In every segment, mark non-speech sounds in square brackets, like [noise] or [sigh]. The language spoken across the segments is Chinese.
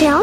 聊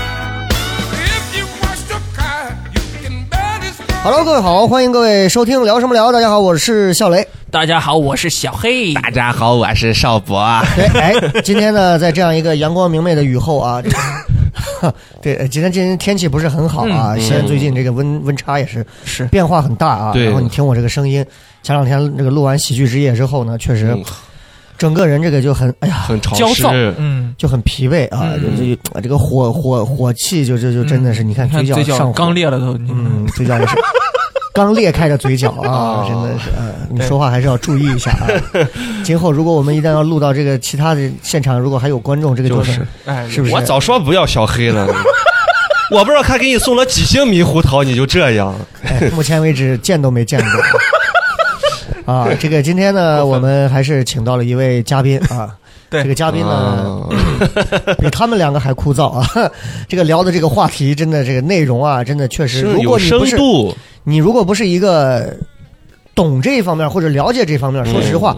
If you wash the car, you can bet it's broke. Hello，各位好，欢迎各位收听聊什么聊。大家好，我是笑雷。大家好，我是小黑。大家好，我是邵博。 [laughs] 对，哎，今天呢，在这样一个阳光明媚的雨后啊，这个哈对，呃今天今天天气不是很好啊，现在最近这个温温差也是是变化很大啊。对然后你听我这个声音，前两天这个录完喜剧之夜之后呢，确实嗯整个人这个就很，哎呀。很潮焦湿躁，嗯，就很疲惫啊，就就这个火火火气就就就真的是，你看你看嘴角嘴上角火刚裂了都，嗯，嗯，嘴角 [laughs] 也是刚裂开的嘴角啊哦，真的是，呃，你说话还是要注意一 [laughs] 下啊。今后如果我们一旦要录到这个其他的现场，如果还有观众，这个就就是是哎，是不是？我早说不要小黑了， [laughs] 我不知道他给你送了几星猕猴桃，你就这样。哎目前为止见都没见过。 [laughs] 啊，这个今天呢，我们还是请到了一位嘉宾 [laughs] 啊。对这个嘉宾嗯呢，啊比他们两个还枯燥啊。 [laughs] 这个聊的这个话题，真的这个内容啊，真的确实，是如有果你深不是度，你如果不是一个懂这一方面或者了解这方嗯面，说实话，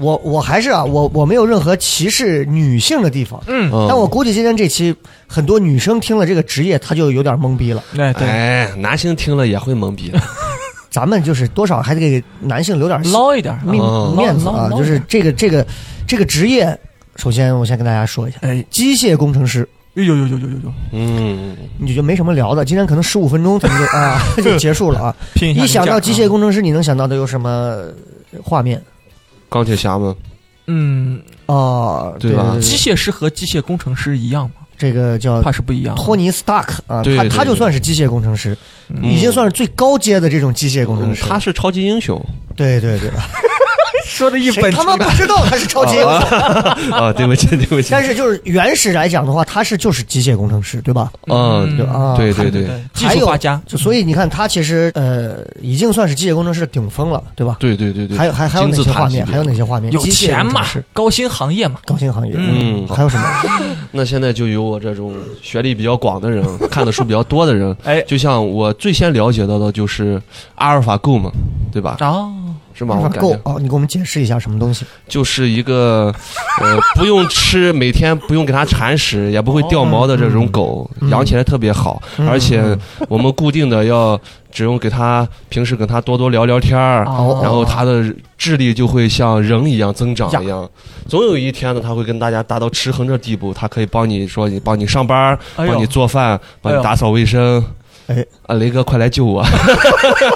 我我还是啊，我我没有任何歧视女性的地方。嗯，嗯但我估计今天这期很多女生听了这个职业，她就有点懵逼了。哎对，哎，男性听了也会懵逼。咱们就是多少还得给男性留点捞一点啊，面嗯面子啊，捞捞就是这个这个这个职业，首先我先跟大家说一下，哎，机械工程师，呦呦呦呦呦呦呦，嗯，你就没什么聊的，今天可能十五分钟咱们就啊 [laughs] 就结束了 [laughs] 啊。拼一一想下你这嗯到样机械，工程师，你能想到的有什么画面？钢铁侠吗？嗯，哦，对对吧对机械师和机械工程师一样吗？这个叫怕是不一样。托尼·斯塔克啊，对他对他就对算是机械工程师，嗯已经算是最高阶的这种机械工程嗯师。他是超级英雄对对 [laughs] 对，说的一谁他妈不知道他是超级英雄？啊！对不起，对不起。但是就是原始来讲的话，他是就是机械工程师，对吧？嗯对啊，对对对技术画家，就所以你看，他其实呃已经算是机械工程师的顶峰了，对吧？对对对对，还有还还有哪金些字塔画级面？别还有哪些画面？有机械钱工嘛程师，高新行业嘛，高新行业，嗯还有什么？那现在就由我这种学历比较广的人，看的书比较多的人，哎就像我最先了解到的就是阿尔法 Go 嘛，对吧？哦，是吗？我感够觉哦，你给我们解释一下什么东西？就是一个，呃， [laughs] 不用吃，每天不用给它铲屎，也不会掉毛的这种狗，嗯养起来特别好，嗯而且我们固定的要只用给它平时跟它多多聊聊天儿。哦然后它的智力就会像人一样增长一样，总有一天呢，它会跟大家达到持衡的地步，它可以帮你说你帮你上班，哎呦帮你做饭，哎帮你呦打扫卫生。哎，啊，雷哥，快来救我！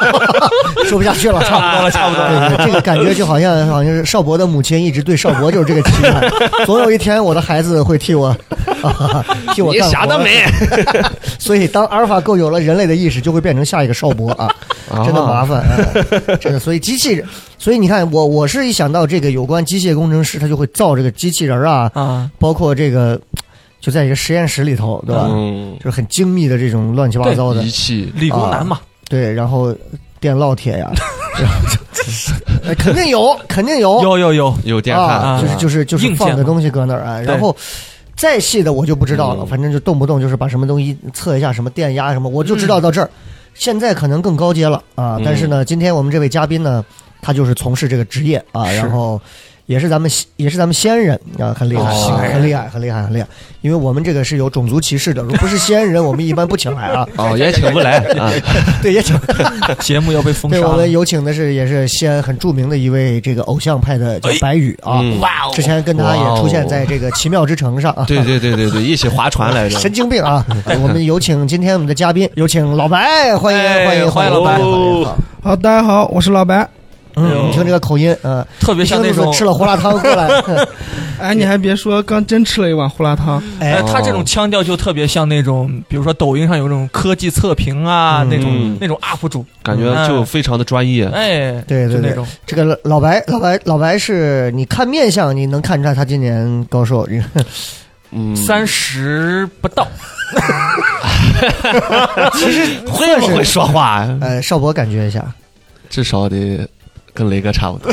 [laughs] 说不下去了，差不多了，差不多了。对对，这个感觉就好像好像是邵博的母亲一直对邵博就是这个期待，总有一天我的孩子会替我，啊、替我你干活想得美！所以当阿尔法狗有了人类的意识，就会变成下一个邵博啊， [laughs] 真的麻啊，烦，哎真的。所以机器人，所以你看我我是一想到这个有关机械工程师，他就会造这个机器人啊，啊，包括这个就在一个实验室里头，对吧？嗯，就是很精密的这种乱七八糟的仪，器，理工男嘛，对，然后电烙铁呀，然后就哎肯定有，肯定有，有有有，有电啊，焊，就是就是就是硬件放的嘛东西搁那儿啊，然后。再细的我就不知道了，嗯反正就动不动就是把什么东西测一下，什么电压什么，我就知道到这儿。现在可能更高阶了啊，嗯但是呢，今天我们这位嘉宾呢，他就是从事这个职业啊，是然后也是咱们西也是咱们西安人啊，很厉害，哦很厉害，很厉害，很厉害。因为我们这个是有种族歧视的，如果不是西安人，我们一般不请来啊。 [laughs] 哦，也请不来啊。对，也请节目要被封杀对我了们。有请的是也是西安很著名的一位这个偶像派的叫白宇啊，嗯哇哦之前跟他也出现在这个奇妙之城上啊。对对对对对，一起划船来 [laughs] 着。神经病啊！我们有请今天我们的嘉宾，有请老白，欢迎哎欢迎欢迎迎老白哦欢迎欢迎好，大家好，我是老白。嗯，你听这个口音，嗯，特别像那一听就种是吃了胡辣汤过来， [laughs] 哼哎，你还别说，刚真吃了一碗胡辣汤，哎，哎，他这种腔调就特别像那种，比如说抖音上有那种科技测评啊，嗯那种嗯那种 UP 主，嗯感觉就非常的专业。哎，对对就那对种，这个老白，老白，老白是你看面相，你能看出来他今年高寿，这个嗯，三十不到，会不会说话？ [laughs] 呃，少博感觉一下，至少得跟雷哥差 [laughs] 不多，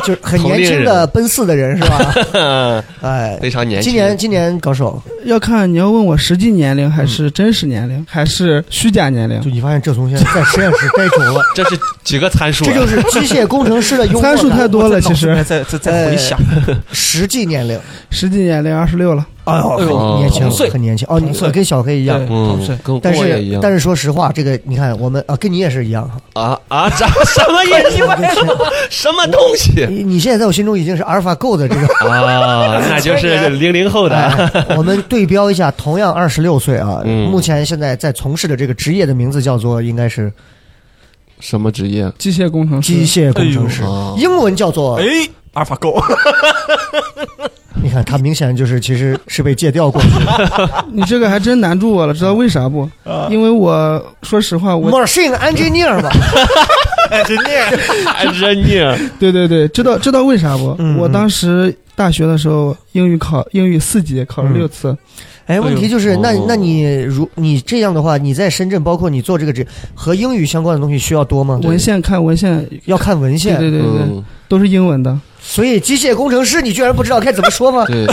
就是 [laughs] 很年轻的奔四的人是吧？哎，非常年轻。今年今年高寿，要看你要问我实际年龄还是真实年龄，还是虚假年龄。嗯就你发现郑从现在在实验室待久了，这是几个参数啊？这就是机械工程师的幽默感参数太多了我在脑其实子里面再再再回想，实际年龄，实际年龄二十六了，哎呦，哎呦很年轻同，岁很年轻哦，你同岁跟小黑一样对。同岁嗯，跟哦但我也一是样但是说实话，这个你看我们啊，跟你也是一样哈。啊啊，这什么意 [laughs] 思？什么东西你你现在在我心中已经是阿尔法 Go 的这个啊？那就是零零后的哎，我们对标一下，同样二十六岁啊，嗯目前现在在从事的这个职业的名字叫做应该是什么职业？机械工程机师。械工程师，哦哎英文叫做。哎，阿尔法狗， [laughs] 你看，他明显就是其实是被借调过去的。你这个还真难住我了，知道为啥不？嗯啊因为我说实话，我 Machine engineer 嘛，人家对对对，知道知道为啥不嗯？我当时大学的时候，英语考英语四级，考了嗯六次。哎，问题就是，哦那那你如你这样的话，你在深圳，包括你做这个职和英语相关的东西需要多吗？文献看文献，要看文对对献，对对，嗯，都是英文的。所以机械工程师你居然不知道该怎么 [laughs] 说吗？对，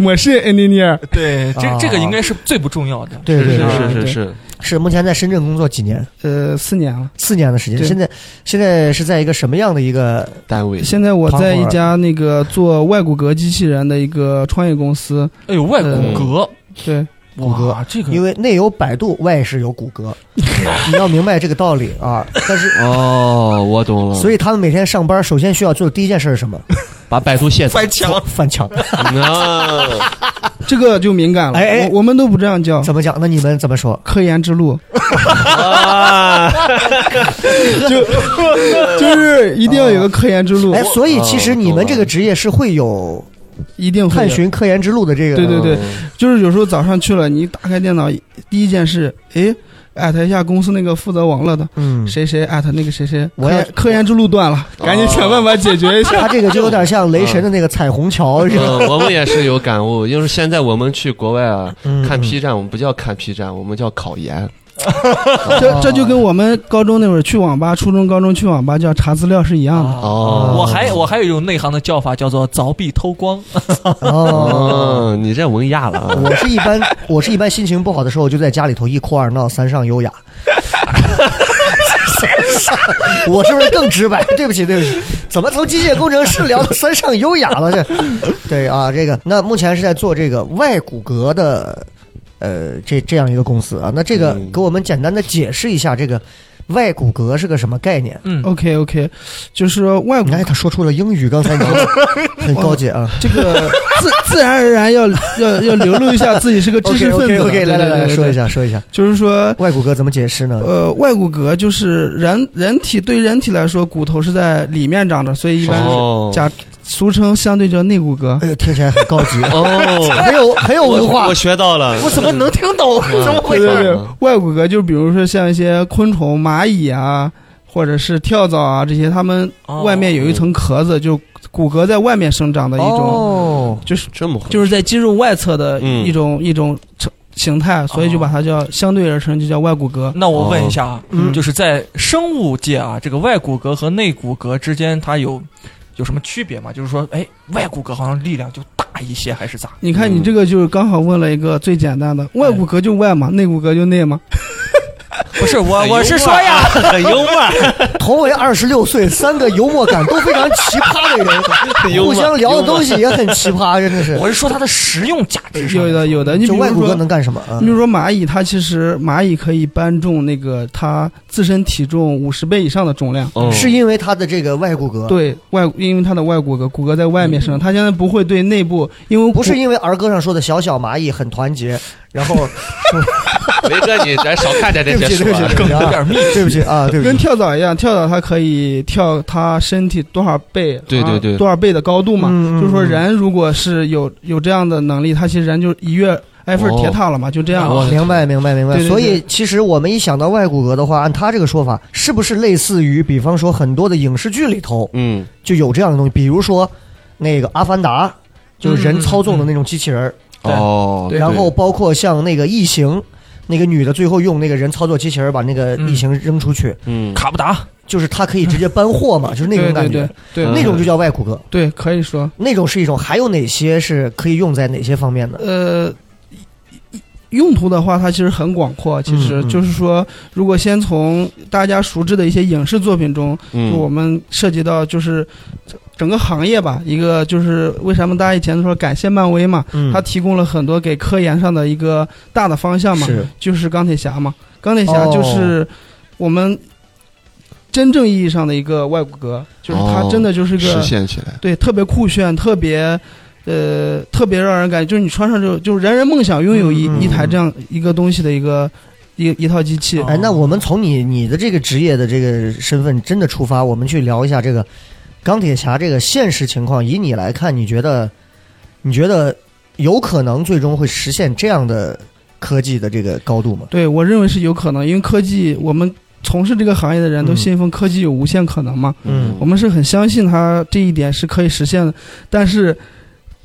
我是 engineer， [laughs] 对，啊这这个应该是最不重要的，对对对，是是是是，是目前在深圳工作几年？呃，四年了。四年的时间。对现在现在是在一个什么样的一个单位现在我在一家那个做外骨骼机器人的一个创业公司，哎呦，外骨对，骼，哇，这个因为内有百度，外是有谷 [laughs] 歌，你要明白这个道理啊。但是，哦，我懂了。所以他们每天上班，首先需要做的第一件事是什 [laughs] 么？把百度卸载翻墙，翻墙。 [laughs] 啊，这个就敏感了。哎哎我我们都不这样叫怎么讲？那你们怎么说？科研之路，啊就是一定要有个科研之路，哎，所以其实哦你们这个职业是会有一定会 [laughs] 探有。寻科研之路的这个。对对对，就是有时候早上去了，你打开电脑，第一件事，哎，艾特一下公司那个负责网络的。嗯，谁谁艾特那个谁谁，我哦要科研科研之路断了，赶紧想办法解决一下。他这个就有点像雷神的那个彩虹桥，是吧？嗯，我们也是有感悟，就是现在我们去国外啊，嗯看 P 站，我们不叫看 P 站，我们叫考研。这这就跟我们高中那会儿去网吧，初中、高中去网吧叫查资料是一样的。哦，我还我还有一种内行的叫法叫做凿壁偷光，哦。嗯，你这文亚了啊，我是一般，我是一般心情不好的时候，我就在家里头一哭二闹三上优雅。 [laughs] 我是不是更直白？对不起，对不起，怎么从机械工程师聊到三上优雅了？这，对啊，这个那目前是在做这个外骨骼的，呃，这这样一个公司啊。那这个嗯给我们简单的解释一下，这个外骨骼是个什么概念？嗯， OK OK，就是说外骨你看他说出了英语，刚才你 [laughs] 很高级啊。这个自自然而然要要要流露一下自己是个知识 OK 分子 OK OK，的。来来对来说一，对对对下说一下就是说外骨骼怎么解释呢？呃，外骨骼就是人人体对人体来说，骨头是在里面长着，所以一般是哦假俗称相对叫内骨骼。哎呦，听起来很高级。 [laughs] [laughs] 哦，很有很有文化我，学到了，我怎么能听懂？嗯怎么回对事对儿？对，外骨骼就比如说像一些昆虫、蚂蚁啊，或者是跳蚤啊这些，它们哦外面有一层壳子，就骨骼在外面生长的一种，哦，就是这么回就是在肌肉外侧的嗯一种、一种成形态，所以哦就把它叫、相对而称，就叫外骨骼。那我问一下啊，嗯就是在生物界啊，这个外骨骼和内骨骼之间，它有有什么区别吗？就是说，哎，外骨骼好像力量就大一些，还是咋？你看，你这个就是刚好问了一个最简嗯单的，外骨骼就外哎嘛，内骨骼就内嘛。不是我，我是说 [laughs] 呀，呀，很幽啊默，同为二十六岁，三个幽默感都非常奇葩的人，幽互默相聊的东西也很奇葩，真的是我。是说它的实用价值上有的有的，你比就如外骨骼说，能干什么啊你比？如说蚂蚁，它其实蚂蚁可以搬重那个它自身体重五十倍以上的重量。哦是因为它的这个外骨骼，，哦对外，因为它的外骨骼骨骼在外面生长，它现在不会对内部，因为嗯不是骨因为儿歌上说的小小蚂蚁很团结，然 [laughs] 后雷哥，你咱少看点对这不些起，书对不啊起，。对不起有啊，点密。对不起啊，对不跟起，跳蚤一样，跳蚤它可以跳它身体多少倍，对对啊对多少倍的高度嘛。嗯嗯就是说，人如果是有有这样的能力，他其实人就一跃埃哦菲尔铁塔了嘛，就这样了。啊哦明白明白明白啊对。对所以其实我们一想到外骨骼的话，按他这个说法，是不是类似于比方说很多的影视剧里头嗯，就有这样的东西，比如说那个《阿凡达》，就是人操纵的那种机器人儿，对哦，嗯对然后包括像那个《异形》，那个女的最后用那个人操作机器人儿把那个嗯异形扔出去，嗯，卡布达，就是她可以直接搬货 [laughs] 嘛，就是那种对感对觉，对对嗯那种就叫外骨骼。对，可以说，那种是一种，还有哪些是可以用在哪些方面的？呃，用途的话，它其实很广阔。其实嗯嗯就是说，如果先从大家熟知的一些影视作品中，嗯就我们涉及到就是整个行业吧，一个就是为什么大家以前都说感谢漫威嘛，嗯它提供了很多给科研上的一个大的方向嘛，是就是钢铁侠嘛。钢铁侠就是我们真正意义上的一个外骨骼，就是它哦真的就是一个、实现起来，对特别酷炫，特别呃特别让人感觉就是你穿上之后，就是人人梦想拥有一、嗯嗯一台这样一个东西的一个一一套机器。哦哎，那我们从你你的这个职业的这个身份真的出发，我们去聊一下这个钢铁侠这个现实情况。以你来看，你觉得你觉得有可能最终会实现这样的科技的这个高度吗？对我认为是有可能，因为科技我们。从事这个行业的人都嗯信奉科技有无限可能嘛，嗯我们是很相信它这一点是可以实现的，但是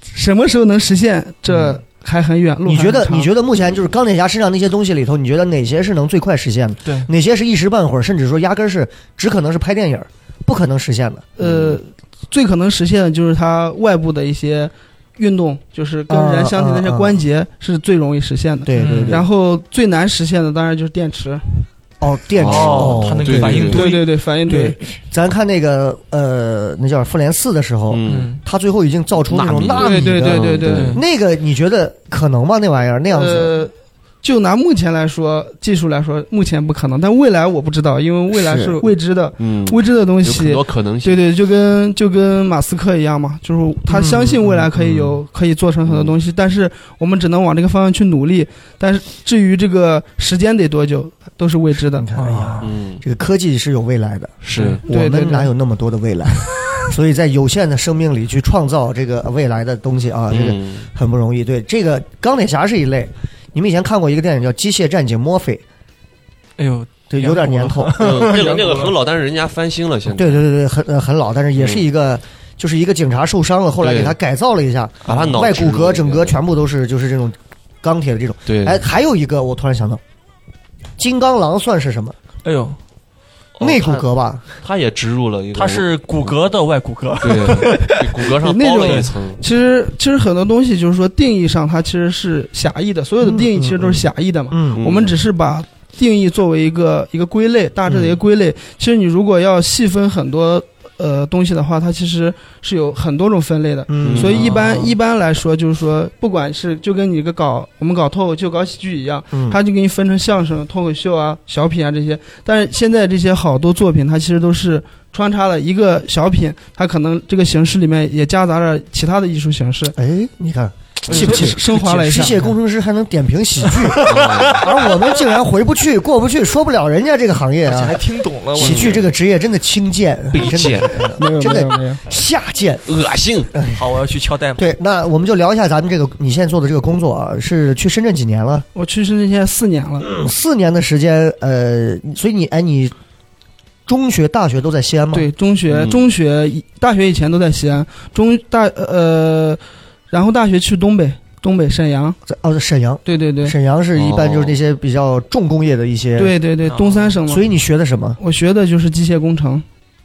什么时候能实现，这嗯还很远。路你还觉很得长你觉得目前就是钢铁侠身上那些东西里头，你觉得哪些是能最快实现的？对，哪些是一时半会儿，甚至说压根儿是只可能是拍电影儿，不可能实现的？呃，最可能实现的就是它外部的一些运动，就是跟啊人相体的那些关节是最容易实现的。对对对。嗯然后最难实现的当然就是电池，哦，电池哦，他那对个反应对对堆，对对，反应对，咱看那个呃，那叫复联四的时候，嗯，嗯，他最后已经造出那种纳对米的，对对对对嗯。那个你觉得可能吗？那玩意儿那样子，呃，就拿目前来说，技术来说，目前不可能，但未来我不知道，因为未来是是未知的，嗯，未知的东有很西。多可能性对。对，就跟就跟马斯克一样嘛，就是他相信未来可嗯以有、可以做成很多东西，但是我们只能往这个方向去努力。但是至于这个时间得多久，都是未知的你。看，哎呀，嗯，这个科技是有未来的，是，我对对们对哪有那么多的未来？所以在有限的生命里去创造这个未来的东西啊，这个嗯很不容易。对，这个钢铁侠是一类。你们以前看过一个电影叫《机械战警：墨菲》，哎呦，对，有点年 [laughs] 头。 [laughs] 嗯那个那个很老，但是人家翻新了，现在对对对对，很呃很老，但是也是一个，就是一个警察受伤了，后来给他改造了一下，把他脑外骨骼整个全全部都是就是这种钢铁的这种。对，哎，还有一个我突然想到，金刚狼算是什么？哎呦，哦内骨，骼吧？他他也植入了一个，他是骨骼的外骨骼， [laughs] 对对骨骼 [laughs] 上那包种了一层，其实其实很多东西就是说定义上它其实是狭义的，所有的定义其实都是狭义的嘛。嗯嗯我 [laughs] 们只是把定义作为一个一个归类，大致的一个归类。嗯其实你如果要细分很多呃东西的话，它其实是有很多种分类的。嗯所以一般、哦一般来说，就是说，不管是就跟你个搞我们搞脱口秀、搞喜剧一样，嗯它就给你分成相声、脱口秀啊、小品啊这些。但是现在这些好多作品，它其实都是穿插了一个小品，它可能这个形式里面也夹杂着其他的艺术形式，哎，你看，气是不不气是？升华了一机下？械工程师还能点评喜剧，嗯 [laughs] 而我们竟然回不去、过不去，说不了人家这个行业而且啊还！听懂了，我喜剧这个职业真的轻贱，卑真贱的嗯没有真的没有没有，下贱。恶心，好，我要去敲代码。对，那我们就聊一下咱们这个你现在做的这个工作啊，是去深圳几年了？我去深圳现在四年了，四年的时间，呃，所以你哎，你中学、大学都在西安吗？，对，中学嗯中学以大学以前都在西安，中大呃，然后大学去东北，东北沈阳，在哦，在沈阳。对对对，沈阳是一般就是那些比较重工业的一些，，对对对，啊东三省嘛所。以你学的什么？我学的就是机械工程，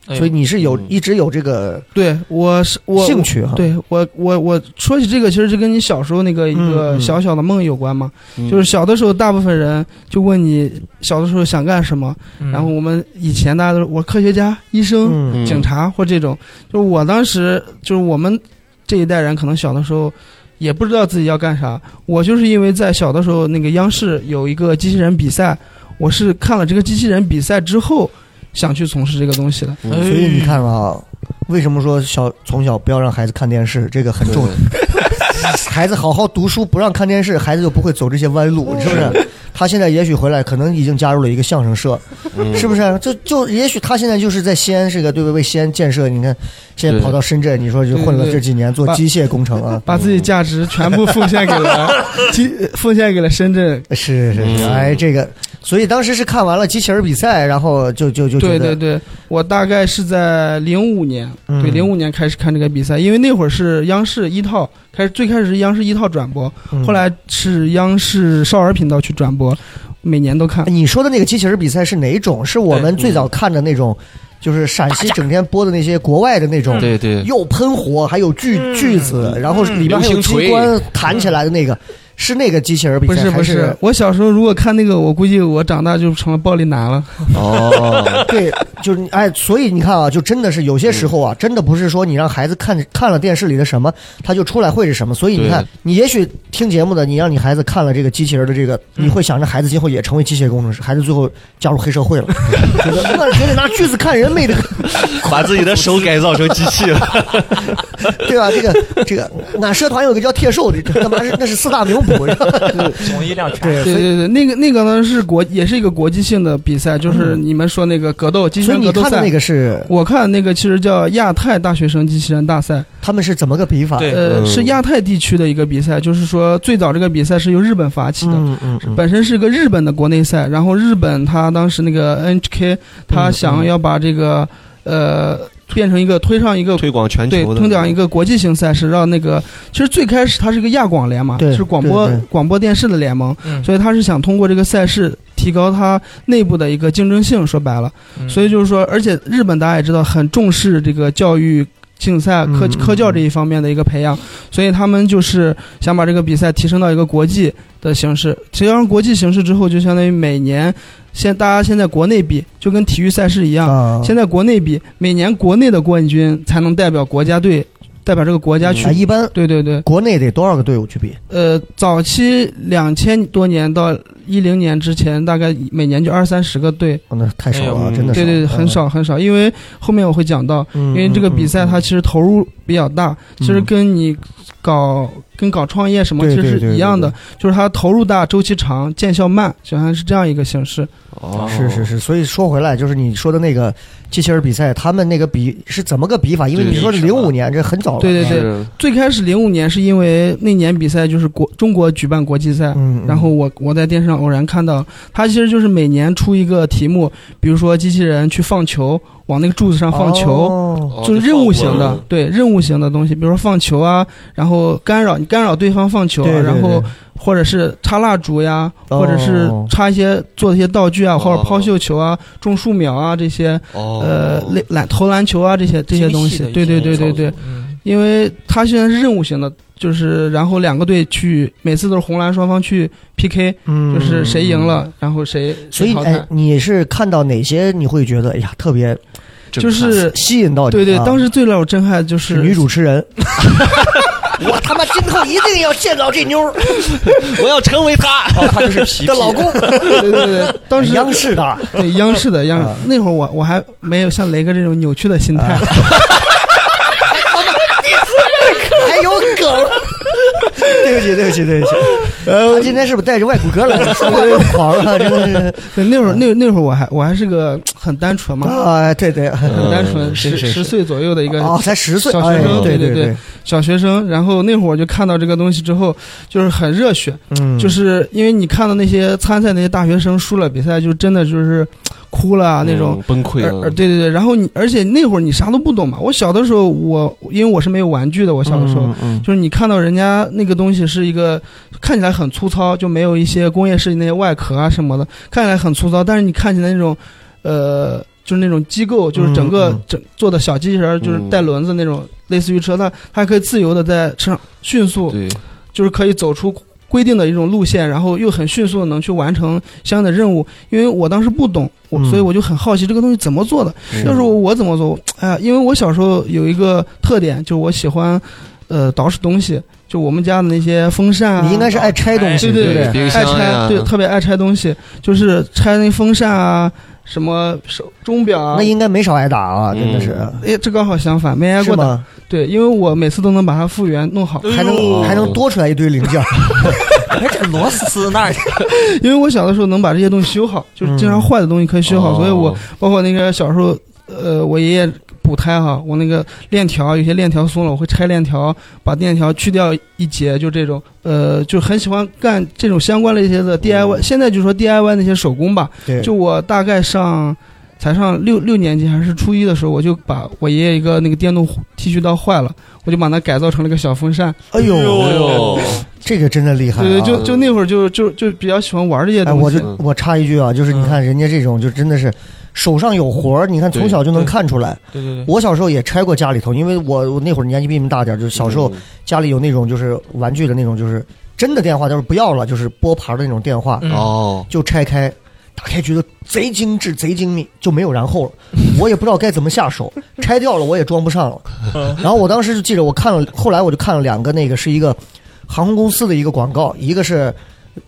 哎呦所以你是有嗯一直有这个对我是我兴趣哈？，对我，我我说起这个，其实是跟你小时候那个一嗯个嗯小小的梦有关嘛。嗯就是小的时候，大部分人就问你小的时候想干什么，嗯然后我们以前大家都说我科学家、医生、嗯，嗯警察或这种。就是我当时，就是我们这一代人，可能小的时候也不知道自己要干啥。我就是因为在小的时候，那个央视有一个机器人比赛，我是看了这个机器人比赛之后，想去从事这个东西嗯的。哎哎所以你看啊，为什么说小从小不要让孩子看电视，这个很重要？ [laughs] 孩子好好读书，不让看电视，孩子就不会走这些弯嗯路，是不是？他现在也许回来，可能已经加入了一个相声社，嗯嗯是不是？就就也许他现在就是在西安这个对不对？为西安建设，你看现在对跑到深圳，你说就混了这几年做机械工程啊，把自己价值全部奉献给了， [laughs] 其奉献给了深圳。是是是，嗯哎，这个，所以当时是看完了机器人比赛，然后就就就觉呃对得对对，我大概是在零五年，嗯对零五年开始看这个比赛，因为那会儿是央视一套开始，最开始是央视一套转播，嗯后来是央视少儿频道去转播，每年都看。你说的那个机器人比赛是哪种？是我们最嗯早看的那种，就是陕西整天播的那些国外的那种，对对，又喷火，还有锯嗯锯子，然后里边还有流星锤机关弹起来的那个，是那个机器人比嗯不赛是还不是是，？我小时候如果看那个，我估计我长大就成了暴力男了。哦， [laughs] [laughs] 对，就是你哎，所以你看啊，就真的是有些时候啊，真的不是说你让孩子看看了电视里的什么，他就出来会是什么。所以你看对，你也许听节目的，你让你孩子看了这个机器人的这个，你会想着孩子今后也成为机械工程师，孩子最后加入黑社 [laughs] 会了，觉得那还得拿锯子看人没得，把自己的手改造成机器 [laughs] 了，对吧？这个这个，俺社团有个叫铁兽的，他妈是那是四大名捕，是吧从一辆全。对，所以对对对，那个那个呢是国，也是一个国际性的比赛，就是你们说那个格斗，机嗯器所以人你格斗看的赛。那个是我看那个其实叫亚太大学生机器人大赛，他们是怎么个比法？对呃，嗯是亚太地区的一个比赛，就是说最早这个比赛是由日本发起的，嗯嗯嗯，本身是个日本的国内赛，然后日本他当时那个 NHK 嗯他想要把这个、呃变成一个推上一个推广全对球的，推广一个国际性赛事，让那个其实最开始它是一个亚广联嘛，对是广播对对广播电视的联盟，嗯所以他是想通过这个赛事提高它内部的一个竞争性，说白了，嗯所以就是说，而且日本大家也知道很重视这个教育。竞赛科嗯嗯科教这一方面的一个培养，所以他们就是想把这个比赛提升到一个国际的形式。提升国际形式之后，就相当于每年现大家现在国内比就跟体育赛事一样，啊，现在国内比每年国内的冠军才能代表国家队，代表这个国家去。啊一般对对对，国内得多少个队伍去比？呃，早期两千多年到一零年之前，大概每年就二三十个队。哦那太少哎了，嗯呦真的对对，嗯对很。少很少，因为后面我会讲到，因因为这个比赛它其实投入比较大，其实跟你搞跟搞创业什么对其对实对是对一样的对，就是它投入大、周期长、见效慢，好像是这样一个形式。哦，是是是，所以说回来就是你说的那个机器人比赛，他们那个比是怎么个比法？因为对你说零五年，这很早了。嗯对对对是最开始零五年是因为那年比赛就是国中国举办国际赛，嗯，嗯然后我我在电视上偶然看到，它其实就是每年出一个题目，比如说机器人去放球，往那个柱子上放球，哦就是任务型的，哦对任务型的东西，比如说放球啊，然后干扰干扰对方放球啊，对对然后对或者是插蜡烛呀，哦或者是插一些做一些道具啊，哦或者抛绣球啊、种树苗啊这些，哦，呃，垒篮投篮球啊这些这些东西，对对对对对，，嗯因为它现在是任务型的，就是然后两个队去，每次都是红蓝双方去 PK，嗯就是谁赢。了，然后谁所谁以淘哎汰，。你是看到哪些你会觉得哎呀特别就是吸引到你？对对，啊当时最让我震撼就是是女主持人。 [laughs] 我他妈今后一定要见到这妞儿我要成为他，哦，他就是皮皮的老公，对对 [laughs] 对，当时哎央视的，对央视的央视啊那会儿我我还没有像雷哥这种扭曲的心态，还有梗。 [laughs] 对不起，对不起，对不起。他今天是不是带着外骨骼来的？说话又狂了，真的是。对那会儿那那会儿我还我还是个很单纯 [laughs] 嘛，啊，对对，很单纯，嗯是十是十是岁左右的一个哦，才十岁，小哎学生，对对对，小学生。然后那会儿我就看到这个东西之后，就是很热血，嗯，就是因为你看到那些参赛那些大学生输了比赛，就真的就是哭了啊那嗯种。嗯崩溃而而对对对，然后你而且那会儿你啥都不懂嘛。我小的时候我，因为我是没有玩具的，我小的时候、嗯就是你看到人家那个东西是一个看起来很粗糙，就没有一些工业设计那些外壳啊什么的，看起来很粗糙，但是你看起来那种，呃，就是那种机构，就是整个、嗯嗯整做的小机器人儿，就是带轮子那种，类似于车，它它还可以自由的在车上迅速对，就是可以走出规定的一种路线，然后又很迅速的能去完成相应的任务。因为我当时不懂，我、嗯所以我就很好奇这个东西怎么做的。要是嗯我怎么做？哎呀，因为我小时候有一个特点，就是我喜欢呃捯饬东西，就我们家的那些风扇啊，你应该是爱拆东西，哎对不对对对？冰爱箱呀拆，对，特别爱拆东西，就是拆那风扇啊，什么手钟表啊那。应该没少挨打啊，嗯真的是，哎，这刚好相反，没挨是过打。吗？对，因为我每次都能把它复原弄好，还能还能多出来一堆零件儿，哎，这螺丝丝那儿因为我小的时候能把这些东西修好，嗯就是经常坏的东西可以修好，哦所以我包括那个小时候，呃，我爷爷补胎哈，我那个链条有些链条松了，我会拆链条，把链条去掉一节，就这种，呃，就很喜欢干这种相关的一些的 DIY。现在就说 DIY 那些手工吧，对，就我大概上。才上六六年级还是初一的时候，我就把我爷爷一个那个电动剃须刀坏了，我就把它改造成了个小风扇。哎呦，哟，这个真的厉害、啊，对对，就就那会儿就就就比较喜欢玩这些哎，东西。我就我插一句啊，就是你看人家这种，就真的是手上有活儿，你看从小就能看出来。对对对，我小时候也拆过家里头，因为我我那会儿年纪比你们大点儿，就是小嗯时候家里有那种就是玩具的那种，就是真的电话，就是不要了，就是拨盘儿的那种电话，嗯哦，就拆开。打开觉得贼精致、贼精密，就没有然后了。我也不知道该怎么下手，拆掉了我也装不上了。然后我当时就记着，我看了，后来我就看了两个，那个是一个航空公司的一个广告，一个是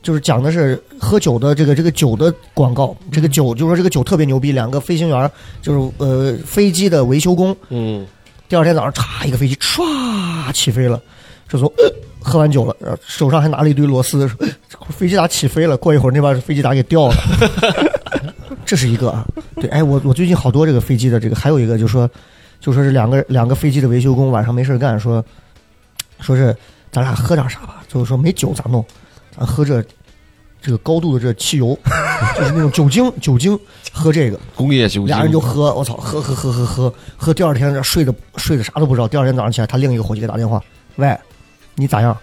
就是讲的是喝酒的这个这个酒的广告，这个酒就是说这个酒特别牛逼，两个飞行员儿就是呃飞机的维修工，嗯，第二天早上嚓一个飞机唰起飞了，这从、呃、喝完酒了，然后手上还拿了一堆螺丝，说、呃这会儿飞机打起飞了，过一会儿那把飞机打给掉了。 [laughs] 这是一个啊，对，哎，我我最近好多这个飞机的这个，还有一个就说，就说是两个两个飞机的维修工晚上没事儿干，说说是咱俩喝点啥吧，就是说没酒咋弄，咱喝这这个高度的这汽油， [laughs] 就是那种酒精酒精，喝这个，工业酒精，俩人就喝，我操，喝喝喝喝喝喝，第二天这睡的睡的啥都不知道。第二天早上起来，他另一个伙计给打电话，喂，你咋样？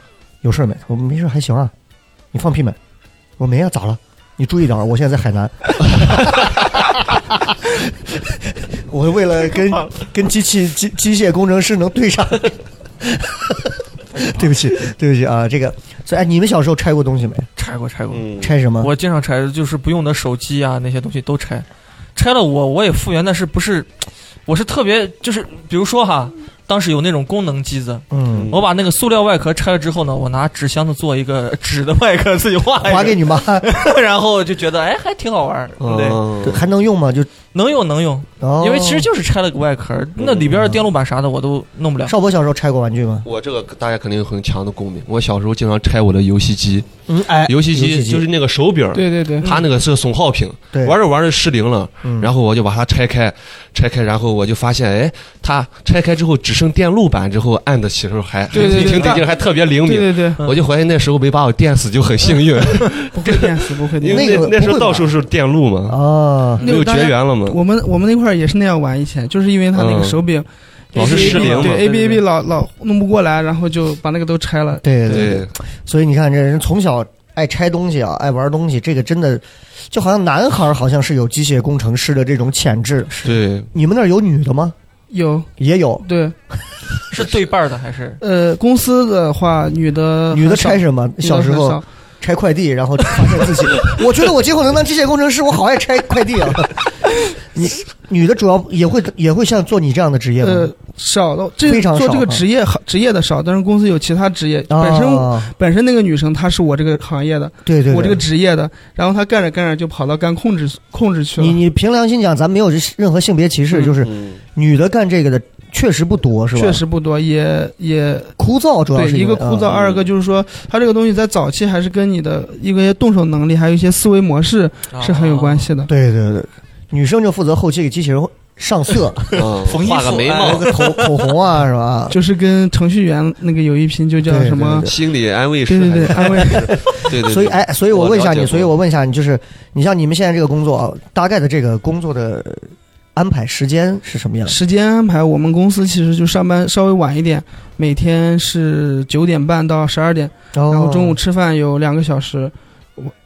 有事儿没？我说没事儿，还行啊。你放屁没？我说没啊，咋了？你注意点儿，我现在在海南。 [laughs] 我为了 [laughs] 跟跟机器机机械工程师能对上， [laughs] 对不起，对不起啊，这个，所以哎，你们小时候拆过东西没？拆过拆过，嗯，拆什么？我经常拆，就是不用的手机啊那些东西都拆，拆了我我也复原，但是不是，我是特别就是比如说哈，当时有那种功能机子，嗯，我把那个塑料外壳拆了之后呢，我拿纸箱子做一个 [laughs] 纸的外壳自己画一个，还给你妈， [laughs] 哎然后就觉得哎还挺好玩儿，嗯对，对还能用吗？就，能用能用，哦因为其实就是拆了个外壳，那里边的电路板啥的我都弄不了。少博小时候拆过玩具吗？我这个大家肯定有很强的共鸣。我小时候经常拆我的游戏机，嗯，哎，游戏机就是那个手柄，对对对，它那个是个损耗品，对，嗯玩着玩着失灵了，然后我就把它拆开，拆开，然后我就发现，哎，它拆开之后只剩电路板，之后按的时候还还对对对挺得劲，还特别灵对敏。对对，嗯我就怀疑那时候没把我电死就很幸运，不会电死，不会 [laughs] 电因死。那为个那那时不会候到处是电路嘛，啊，没有绝缘了嘛。我们我们那块儿也是那样玩，以前就是因为他那个手嗯柄嗯老是失灵嘛对对 A B 对 A 对 B 老老弄不过来，然后就把那个都拆了。对对，对，所以你看，这人从小爱拆东西啊，爱玩东西，这个真的就好像男孩儿好像是有机械工程师的这种潜质。对，你们那儿有女的吗？有也有，对，是对半儿的还是？呃，公司的话，女的女的呃很少拆什么？女的小时很候少拆快递，然后发现自 [laughs] 己，我觉得我今后能当机械工程师，我好爱拆快递啊。 [laughs] 你女的主要也会也会像做你这样的职业吗呃？少的，这非常做这少个哈职业行职业的少，但是公司有其他职业。呃本身啊，本身那个女生她是我这个行业的，对对，我这对个职业的，然后她干着干着就跑到干控制控制去你了，你凭良心讲，咱没有任何性别歧视，嗯就是嗯女的干这个的确实不多，是吧？确实不多，也也枯燥，主要对，是因为一个枯燥，啊二个就是说，它这个东西在早期还是跟你的一个动手能力，还有一些思维模式啊是很有关。系的。嗯对对对，女生就负责后期给机器人上色，哦嗯缝衣画个服眉哎那毛，个口口红啊，是吧？就是跟程序员那个有一拼，就叫对什么？心理安慰对师还对对，是，安慰。对对，所以，哎，所以我我问一下了解你，过所以我问一下你，就是你像你们现在这个工作，啊，大概的这个工作的安排时间是什么样？时间安排，我们公司其实就上班稍微晚一点，每天是九点半到十二点，然然后中午吃饭有两个小时，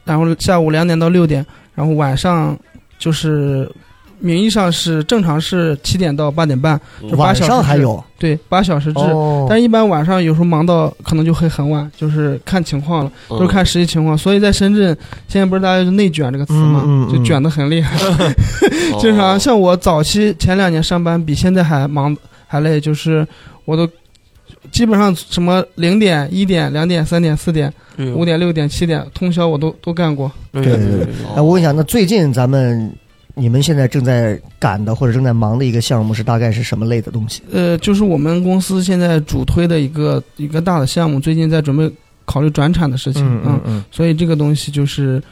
然后下午两点到六点，然后晚上就是名义上是正常是七点到八点半，就八晚小时上还制有，对，八小时制。哦但一般晚上有时候忙到可能就会很晚，就是看情况了，嗯哦都是看实际情况。所以在深圳，现在不是大家就内卷这个词嘛，嗯嗯哦嗯就卷得很厉害。哦经常像我早期前两年上班比现在还忙还累，就是我都基本上什么零点、一点、两点、三点、四点、嗯五点、六点、七点，通宵我都都干过。对对对对哦哎，我问一下，那最近咱们。你们现在正在赶的或者正在忙的一个项目是大概是什么类的东西？呃，就是我们公司现在主推的一个一个大的项目，最近在准备考虑转产的事情，嗯，嗯所以这个东西就是，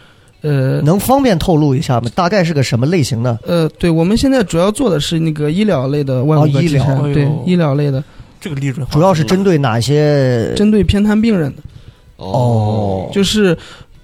呃嗯，能方便透露一下吗？大概是个什么类型的？呃，对，我们现在主要做的是那个医疗类的外哦骨骼医机疗械哎对呦医疗类的，这个利润主要是针对哪些？针对偏瘫病人的，哦就是。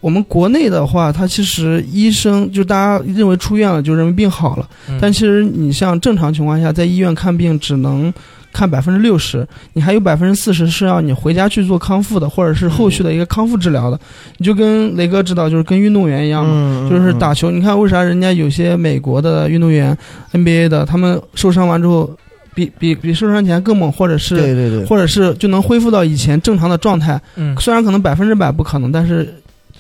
我们国内的话，它其实医生就大家认为出院了就认为病好了，嗯但其实你像正常情况下，在医院看病只能看百分之六十，你还有百分之四十是要你回家去做康复的，或者是后续的一个康复治疗的。你就跟雷哥指导，就是跟运动员一样嘛，嗯就是打球。你看为啥人家有些美国的运动员 NBA 的，他们受伤完之后，比比比受伤前更猛，或者是对对对，或者是就能恢复到以前正常的状态。嗯虽然可能百分之百不可能，但是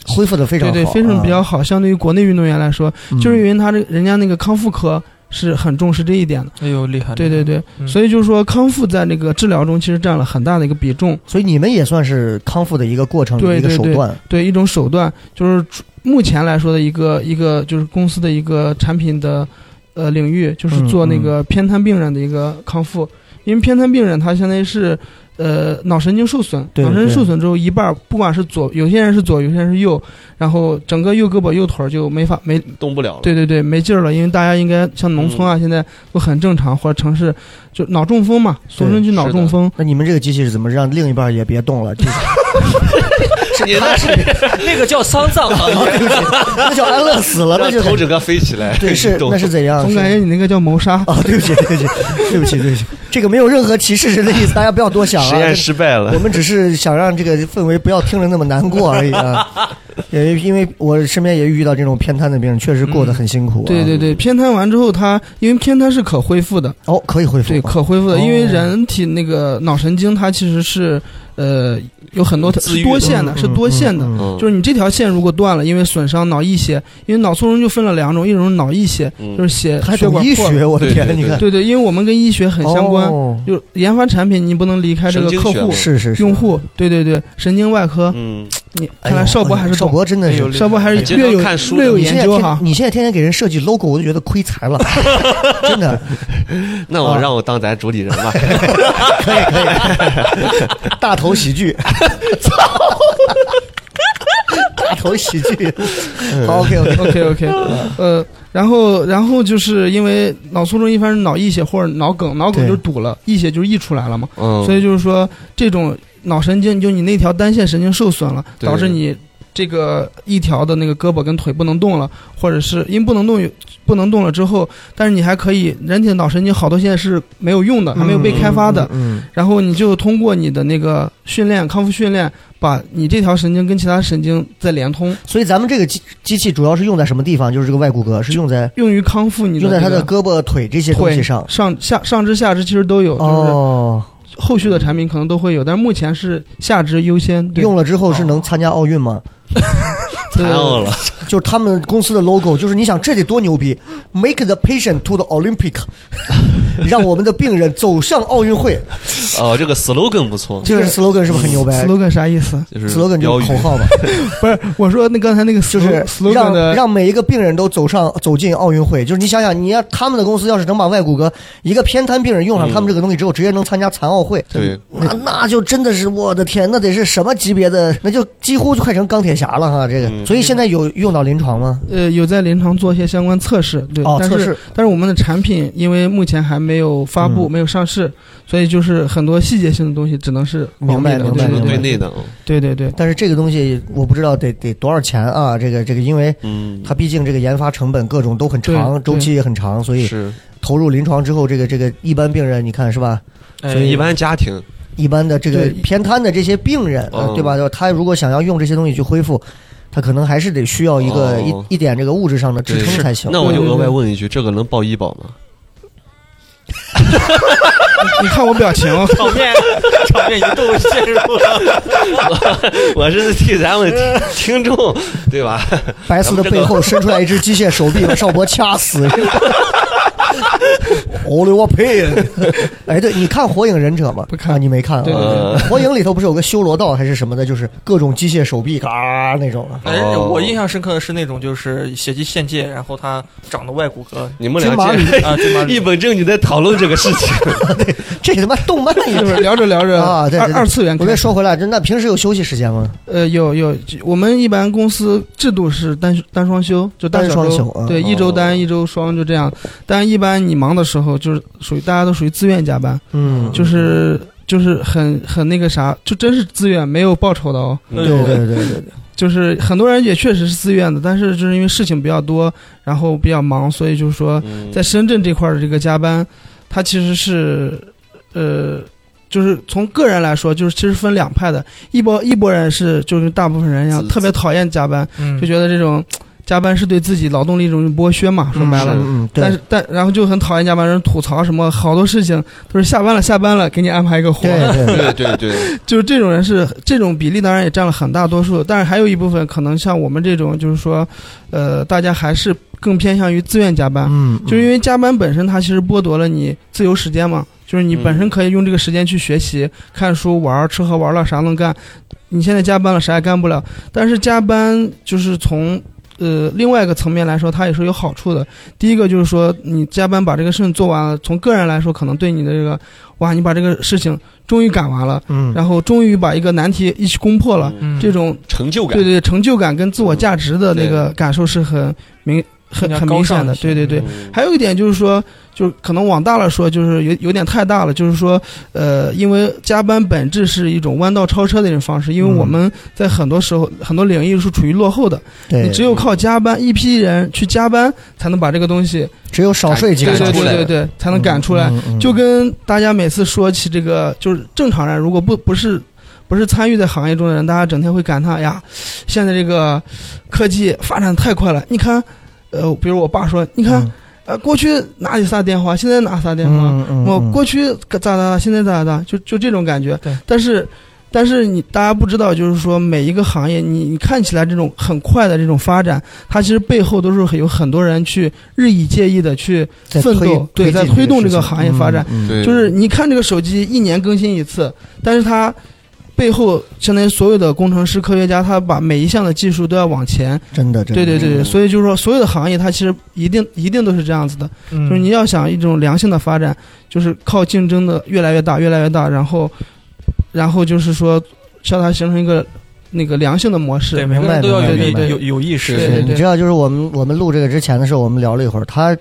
恢复的非常对好，啊对，非常比较好。相对于国内运动员来说，嗯就是因为他这人家那个康复科是很重视这一点的。哎呦厉害，对对对，嗯所以就是说康复在那个治疗中其实占了很大的一个比重，所以你们也算是康复的一个过程，对一个手段。对一种手段，就是出目前来说的一个一个就是公司的一个产品的呃领域，嗯就是做那个偏瘫病人的一个康复，因为偏瘫病人他相当于是。呃，脑神经受损，对脑神经对受损之后，一半儿不管是左，有些人是左，有些人是右，然后整个右胳膊、右腿儿就没法没动不了了。对对对，没劲儿了，因为大家应该像农嗯村啊，现在都很正常，或者城市就脑中风嘛，俗称就脑是的中风。那你们这个机器是怎么让另一半也别动 [laughs] 了？这你那是那个叫丧葬啊行业，那叫安乐死了，那让就头整个飞起来。对是你懂那是怎样？总是感觉你那个叫谋杀。啊，对不起，对不起，对不起，对不起，这个没有任何歧视人的意思，大家不要多想啊。实验失败了 [laughs] 我。们只是想让这个氛围不要听着那么难过而已啊。 [laughs] 也因为我身边也遇到这种偏瘫的病人，确实过得很辛苦、啊嗯对对对，偏瘫完之后它，因为偏瘫是可恢复的，哦，可以恢复。对，可恢复的，哦因为人体那个脑神经它其实是呃有很多自愈是的多线的，是多线的。嗯嗯嗯嗯就是你这条线如果断了，因为损伤脑溢血，因为脑卒中就分了两种，一种是脑溢血，嗯就是血还血懂管医破了。学，我的天，对对你对看对对，因为我们跟医学很相关，哦就研发产品你不能离开这神个经客学嘛户。是是是用。户，对对对，神经外科，嗯，你哎看来呦邵博哎呦还是邵懂，博真的是哎呦邵博还还是经略常有看书略的有你现研在究天哈。你现在天天给人设计 logo，我都觉得亏财 [laughs] 了，真的。那我让我当咱主理人吧。可以可以，大头喜 [laughs] 剧， [laughs] 大头喜剧，嗯好 OK OK， OK [laughs] OK，呃，然后然后就是因为脑卒中一般是脑溢血或者脑梗，脑梗对就是堵了，溢血就是溢出来了嘛， [laughs] 嗯， [laughs] 所以就是说这种脑神经就你那条单线神经受损了，对导致你。这个一条的那个胳膊跟腿不能动了，或者是因为不能动有不能动了之后，但是你还可以，人体的脑神经好多现在是没有用的，还没有被开发的，嗯，然后你就通过你的那个训练康复训练，把你这条神经跟其他神经再连通，所以咱们这个机机器主要是用在什么地方？就是这个外骨骼是用在用于康复你的、用那在个、他的胳膊、腿这些东西腿上。上下上肢下肢其实都有，就哦，是后续的产品可能都会有，但是目前是下肢优先。对哦用了之后是能参加奥运吗？太傲了。就是他们公司的 logo，就是你想这得多牛逼，Make the patient to the Olympic，让我们的病人走向奥运 [laughs] 会，哦，这个 slogan 不错，这个 slogan 是不是很牛掰 slogan 啥意思？ [laughs] 就是？slogan 标就语是口号吧。不是，我说那刚才那个就 slo- 是 [laughs] slogan 让的，让每一个病人都走上走进奥运会。就是你想想，你要他们的公司要是能把外骨骼一个偏瘫病人用上嗯他们这个东西之后，直接能参加残奥会，对，那那就真的是我的天，那得是什么级别的？ [laughs] 那就几乎就快成钢铁侠了哈！这个，嗯所以现在有用到临床吗？呃，有在临床做一些相关测试，对，哦，但测是试但是我们的产品因为目前还没有发布，嗯没有上市，所以就是很多细节性的东西只能是明白保明白只密的对能明白对对内的。对对对，但是这个东西我不知道得得多少钱啊！这个这个，因为嗯，它毕竟这个研发成本各种都很长，对周期也很长，所以是，投入临床之后，这个这个一般病人你看是吧？所以一般家庭一般的这个对偏瘫的这些病人，嗯呃对吧？就他如果想要用这些东西去恢复，他可能还是得需要一个、哦一一点这个物质上的支对撑才行。那我就对对额对外问一句，这个能报医保吗？ [laughs] 你看我 [laughs] 表情，场面 [laughs] 场面一度陷入了，我是替咱们听听众，对吧？白色的背后伸出来一只机械手臂，把邵博掐死。 Only one pain。哎，对，你看《火影忍者》吗？不看啊你没看啊？对对对火影》里头不是有个修罗道还是什么的，就是各种机械手臂嘎那种啊。哎，哦我印象深刻的是那种就是血迹限界，然后他长的外骨骼你们金马俩 [laughs] 这啊，金马一本正经在讨论这个事情，这他妈动漫也就是聊着聊着啊，对对二对二次元我开再始，说回来，就那平时有休息时间吗？呃，有有，我们一般公司制度是单单双休，就大单小双周休啊对，一周单一周双就这样。但一般你忙的时候，就是属于大家都属于自愿加班，嗯，就是就是很很那个啥，就真是自愿，没有报酬的哦。嗯对对对对对，就是很多人也确实是自愿的，但是就是因为事情比较多，然后比较忙，所以就是说嗯在深圳这块儿的这个加班，它其实是，呃，就是从个人来说，就是其实分两派的，一波一波人是就是大部分人一样自特别讨厌加班，嗯就觉得这种加班是对自己劳动力一种剥削嘛，说白了。嗯嗯，但对是，但然后就很讨厌加班，人吐槽什么好多事情都是下班了，下班了，给你安排一个活儿，对对，对对对， [laughs] 就是这种人是这种比例，当然也占了很大多数，但是还有一部分可能像我们这种，就是说，呃，大家还是更偏向于自愿加班，嗯，就是因为加班本身它其实剥夺了你自由时间嘛，就是你本身可以用这个时间去学习、看书、玩儿、吃喝玩乐，啥能干。你现在加班了，啥也干不了。但是加班就是从呃另外一个层面来说，它也是有好处的。第一个就是说，你加班把这个事情做完了，从个人来说，可能对你的这个哇，你把这个事情终于赶完了。嗯，然后终于把一个难题一起攻破了，嗯这种 [laughs] 成就感对，对成就感跟自我价值的那个感受是很明很更加很高明尚显的一，些对对对。嗯还有一点就是说，就是可能往大了说，就是有有点太大了，就是说，呃，因为加班本质是一种弯道超车的一种方式，因为嗯我们在很多时候很多领域是处于落后的，对，嗯你只有靠加班，一批人去加班才能把这个东西，只有少睡几对个赶小时对对出来对对，才能赶出来。，嗯就跟大家每次说起这个，就是正常人如果不不是不是参与在行业中的人，大家整天会感叹哎呀，现在这个科技发展太快了。你看，呃，比如我爸说，嗯你看，，呃，过去哪有啥电话，现在哪有啥电话？嗯嗯，啊我嗯过去咋咋咋，现在咋咋，就就这种感觉对。但是。但是你大家不知道，就是说每一个行业，你你看起来这种很快的这种发展，它其实背后都是有很多人去日以继夜的去在奋推斗对进在推动这个事情行业发展，嗯嗯对就是你看这个手机一年更新一次，但是它背后相当于所有的工程师、科学家，他把每一项的技术都要往前。真的，真的对对对对，嗯所以就是说，所有的行业它其实一定一定都是这样子的，嗯就是你要想一种良性的发展，就是靠竞争的越来越大、越来越大，然后，然后就是说，叫它形成一个那个良性的模式。对每个明白人都要有明白有明白有有意识，对是对你知道，就是我们我们录这个之前的时候，我们聊了一会儿，他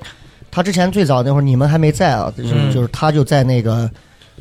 他之前最早那会儿你们还没在啊，就是、嗯就是他就在那个。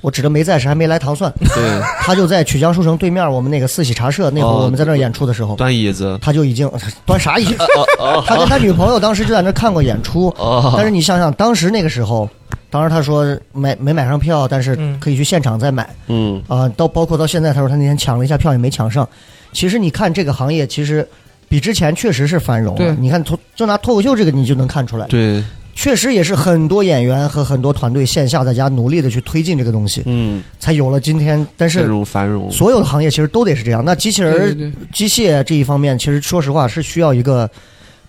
我指的没在是还没来糖 [laughs] 蒜，对，他就在曲江书城对面我们那个四喜茶社那会儿哦我们在那儿演出的时候，端椅子，他就已经端啥椅子？ [laughs] 他跟他女朋友当时就在那儿看过演出，哦， [laughs] 但是你想想当时那个时候，当时他说买没买上票，但是嗯可以去现场再买，嗯，啊，到包括到现在，他说他那天抢了一下票也没抢上。其实你看这个行业，其实比之前确实是繁荣了对你看从就拿脱口秀这个，你就能看出来，对，确实也是很多演员和很多团队线下在家努力的去推进这个东西，嗯，才有了今天。但这是种繁荣，所有的行业其实都得是这样。那机器人对儿、对对机械这一方面，其实说实话是需要一个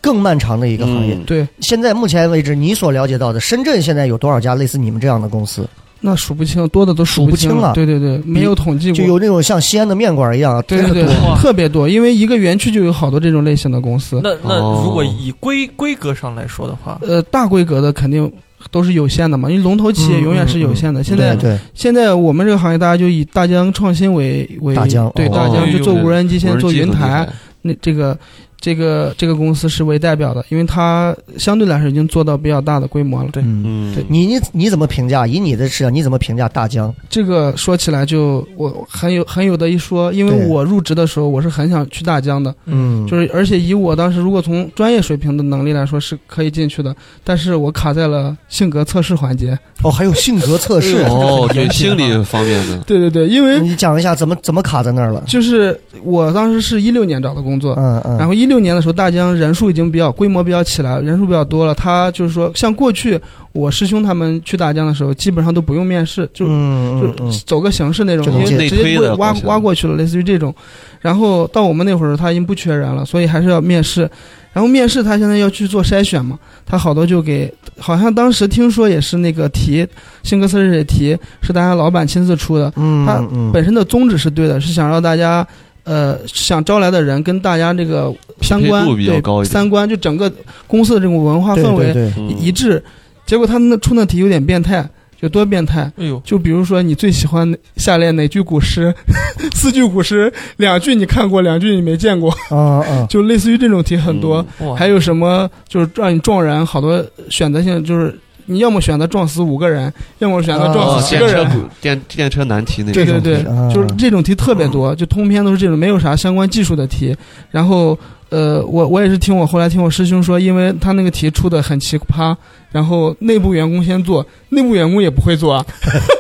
更漫长的一个行业。嗯对，现在目前为止，你所了解到的深圳现在有多少家类似你们这样的公司？那数不清，多的都数数不清清了对对对，没有统计过。就有那种像西安的面馆一样，啊对对特对别多，哇特别多，因为一个园区就有好多这种类型的公司。那那哦如果以规规格上来说的话，呃，大规格的肯定都是有限的嘛，因为龙头企业嗯永远是有限的。现在对对。现在我们这个行业，大家就以大疆创新为为大疆对哦大疆哦就做无人机，现无在人做机云很厉台，害，那这个这个这个公司是为代表的，因为它相对来说已经做到比较大的规模了。对嗯，嗯，对你你你怎么评价？以你的视角，你怎么评价大疆？这个说起来就我很有很有的一说，因对为我入职的时候我是很想去大疆的，嗯就是而且以我当时如果从专业水平的能力来说是可以进去的，但是我卡在了性格测试环节。哦，还有性格测试。 [laughs] 哦，对，心理方面的，对对对，因为你讲一下怎么怎么卡在那儿了？就是我当时是一六年找的工作，嗯嗯，然后后一六年的时候，大疆人数已经比较规模比较起来，人数比较多了。他就是说，像过去我师兄他们去大疆的时候，基本上都不用面试，就嗯嗯就嗯，走个形式那种，这种因为劲直接内推就的会挖过去挖过去了，类似于这种。然后到我们那会儿，他已经不缺人了，所以还是要面试。然后面试他现在要去做筛选嘛，他好多就给，好像当时听说也是那个题，辛格斯这些题是大家老板亲自出的，嗯他嗯本身的宗旨是对的，是想让大家，呃，想招来的人跟大家这个三观匹配度比较对高一点三观就整个公司的这种文化对氛对围对，嗯一致。结果他那出那题有点变态，有多变态？哎呦，就比如说你最喜欢哪下列哪句古诗， [laughs] 四句古诗，两句你看过，两句你没见过，啊啊，就类似于这种题很嗯多。哇，还有什么就是让你撞人，好多选择性就是你要么选择撞死五个人，要么选择哦撞啊死十电个车人。古电电车难题那这种，种 [laughs] 对题对啊就是这种题特别多，就通篇都是这种，没有啥相关技术的题。然后，呃，我我也是听我后来听我师兄说，因为他那个题出的很奇葩，然后内部员工先做，内部员工也不会做啊，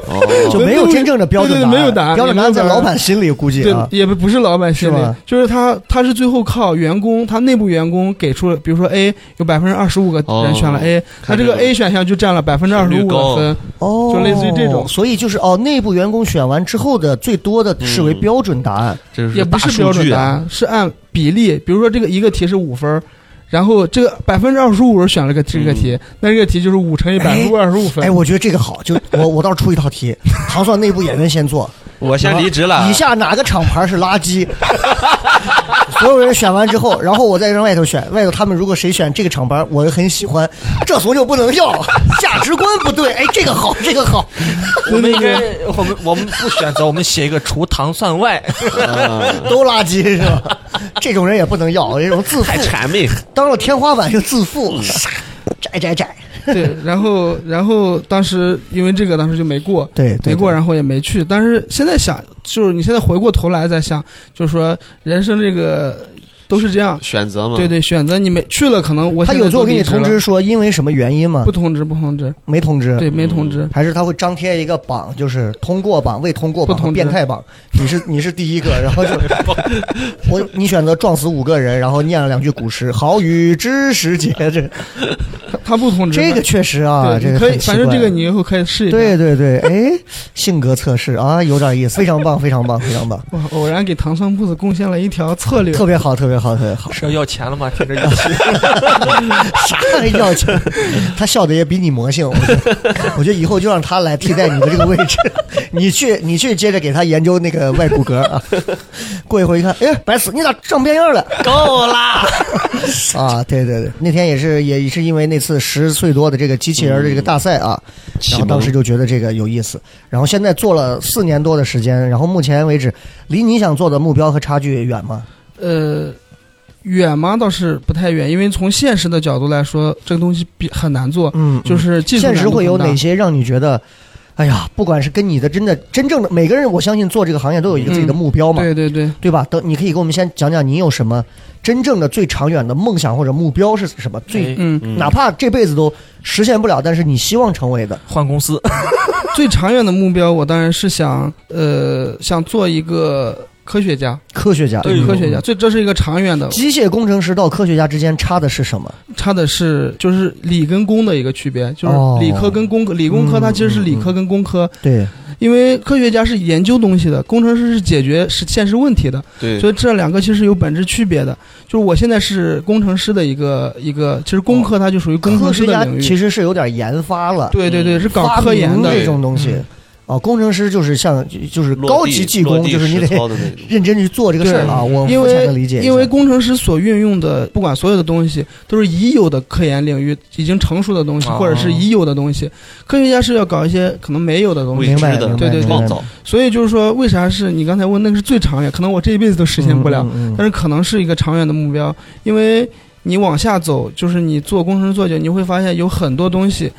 哦就没有真正的标准对对答案，没有答案标准答案在老板心里估计对啊，，也不不是老板心里是吧，就是他他是最后靠员工，他内部员工给出了，比如说 A 有百分之二十五个哦人选了 A，他看这这个种 A 选项就占了百分之二胜十率五高的分，哦，就类似于这种所以就是哦，内部员工选完之后的最多的视嗯为标准答案，这也大不是数标准据答啊，案，是按比例。比如说这个一个题是五分儿，然后这个百分之二十五人选了个这个题，那这个题就是五乘以百分之二十五嗯分。哎，我觉得这个好，就我我到时候出一套题， [laughs] 糖蒜内部演员先做，我先离职了以。下哪个厂牌是垃圾？ [laughs] 所有人选完之后，然后我再让外头选，外头他们如果谁选这个厂牌，我很喜欢，这怂就不能要，价值观不对。哎，这个好，这个好，我们应该， [laughs] 我们我们不选择，我们写一个除糖蒜外，嗯 [laughs] 都垃圾是吧？这种人也不能要，这种自负还，谄媚，当了天花板就自负，傻窄窄窄。对，然后然后当时因为这个当时就没过，对对没过，对然后也没去。但是现在想，就是你现在回过头来再想，就是说人生这个都是这样，选择嘛，对对，选择你没去了，可能我嗯他现在有时候都给你离职通了知说因为什么原因吗不？通知不通知，没通知。对，没通知。还是他会张贴一个榜，就是通过榜、未通过榜、不通知变态榜。你是你是第一个，然 [laughs] 后就我你选择撞死五个人，然后念了两句古诗“好雨知时 [laughs] 节”，这他他不通知这个确实啊，对，这你个可以，很奇反正这怪个你以后可以试一下。对对对，哎，性格测试啊，有点意思，非常棒，非常棒，非 [laughs] 常棒，我偶然给糖蒜铺子贡献了一条策略，特别好，特别好，特别好。是要啊要钱了吗？听着一起，啥要钱？ [laughs] 他笑的也比你魔性，我觉得，我觉得以后就让他来替代你的这个位置，你去，你去接着给他研究那个外骨骼啊。过一会儿一看，哎，白死，你咋长变样了？够啦！ [laughs] 啊，对对对，那天也是，也是因为那次十岁多的这个机器人儿的这个大赛啊，启然后蒙当时就觉得这个有意思，然后现在做了四年多的时间，然后目前为止，离你想做的目标和差距远吗？呃，远吗？倒是不太远，因为从现实的角度来说，这个东西比很难做，嗯，嗯就是技术现实难度会有很大哪？些让你觉得，哎呀，不管是跟你的真的真正的每个人，我相信做这个行业都有一个自己的目标嘛，嗯对对对，对吧？等你可以给我们先讲讲你有什么真正的最长远的梦想或者目标是什么？最、哎嗯，哪怕这辈子都实现不了，但是你希望成为的，换公司，最长远的目标，我当然是想，呃，想做一个科学家，科学家。对科学家，这这是一个长远的，机械工程师到科学家之间差的是什么？差的是就是理跟工的一个区别，就是哦嗯理科跟工科，理工科它其实是理科跟工科，对，因为科学家是研究东西的，工程师是解决是现实问题的，对所以这两个其实是有本质区别的。就是我现在是工程师的一个一个，其实工科它就属于工科程师学的家领其域。实是有点研发了，对对对，是搞发科明研的。这种东西。嗯哦，工程师就是像就是落高地级技落工，地就是你实得操的那种。认真去做这个事儿了啊。我因我才为能理解一下，因为工程师所运用的，不管所有的东西，都是已有的科研领域已经成熟的东西，哦或者是已有的东西。科学家是要搞一些可能没有的东未西明，白知的明白对对对创造，所以就是说，为啥是你刚才问那个是最长远？可能我这一辈子都实现不了。嗯嗯嗯但是可能是一个长远的目标，因为你往下走，就是你做工程师做久，你会发现有很多东西，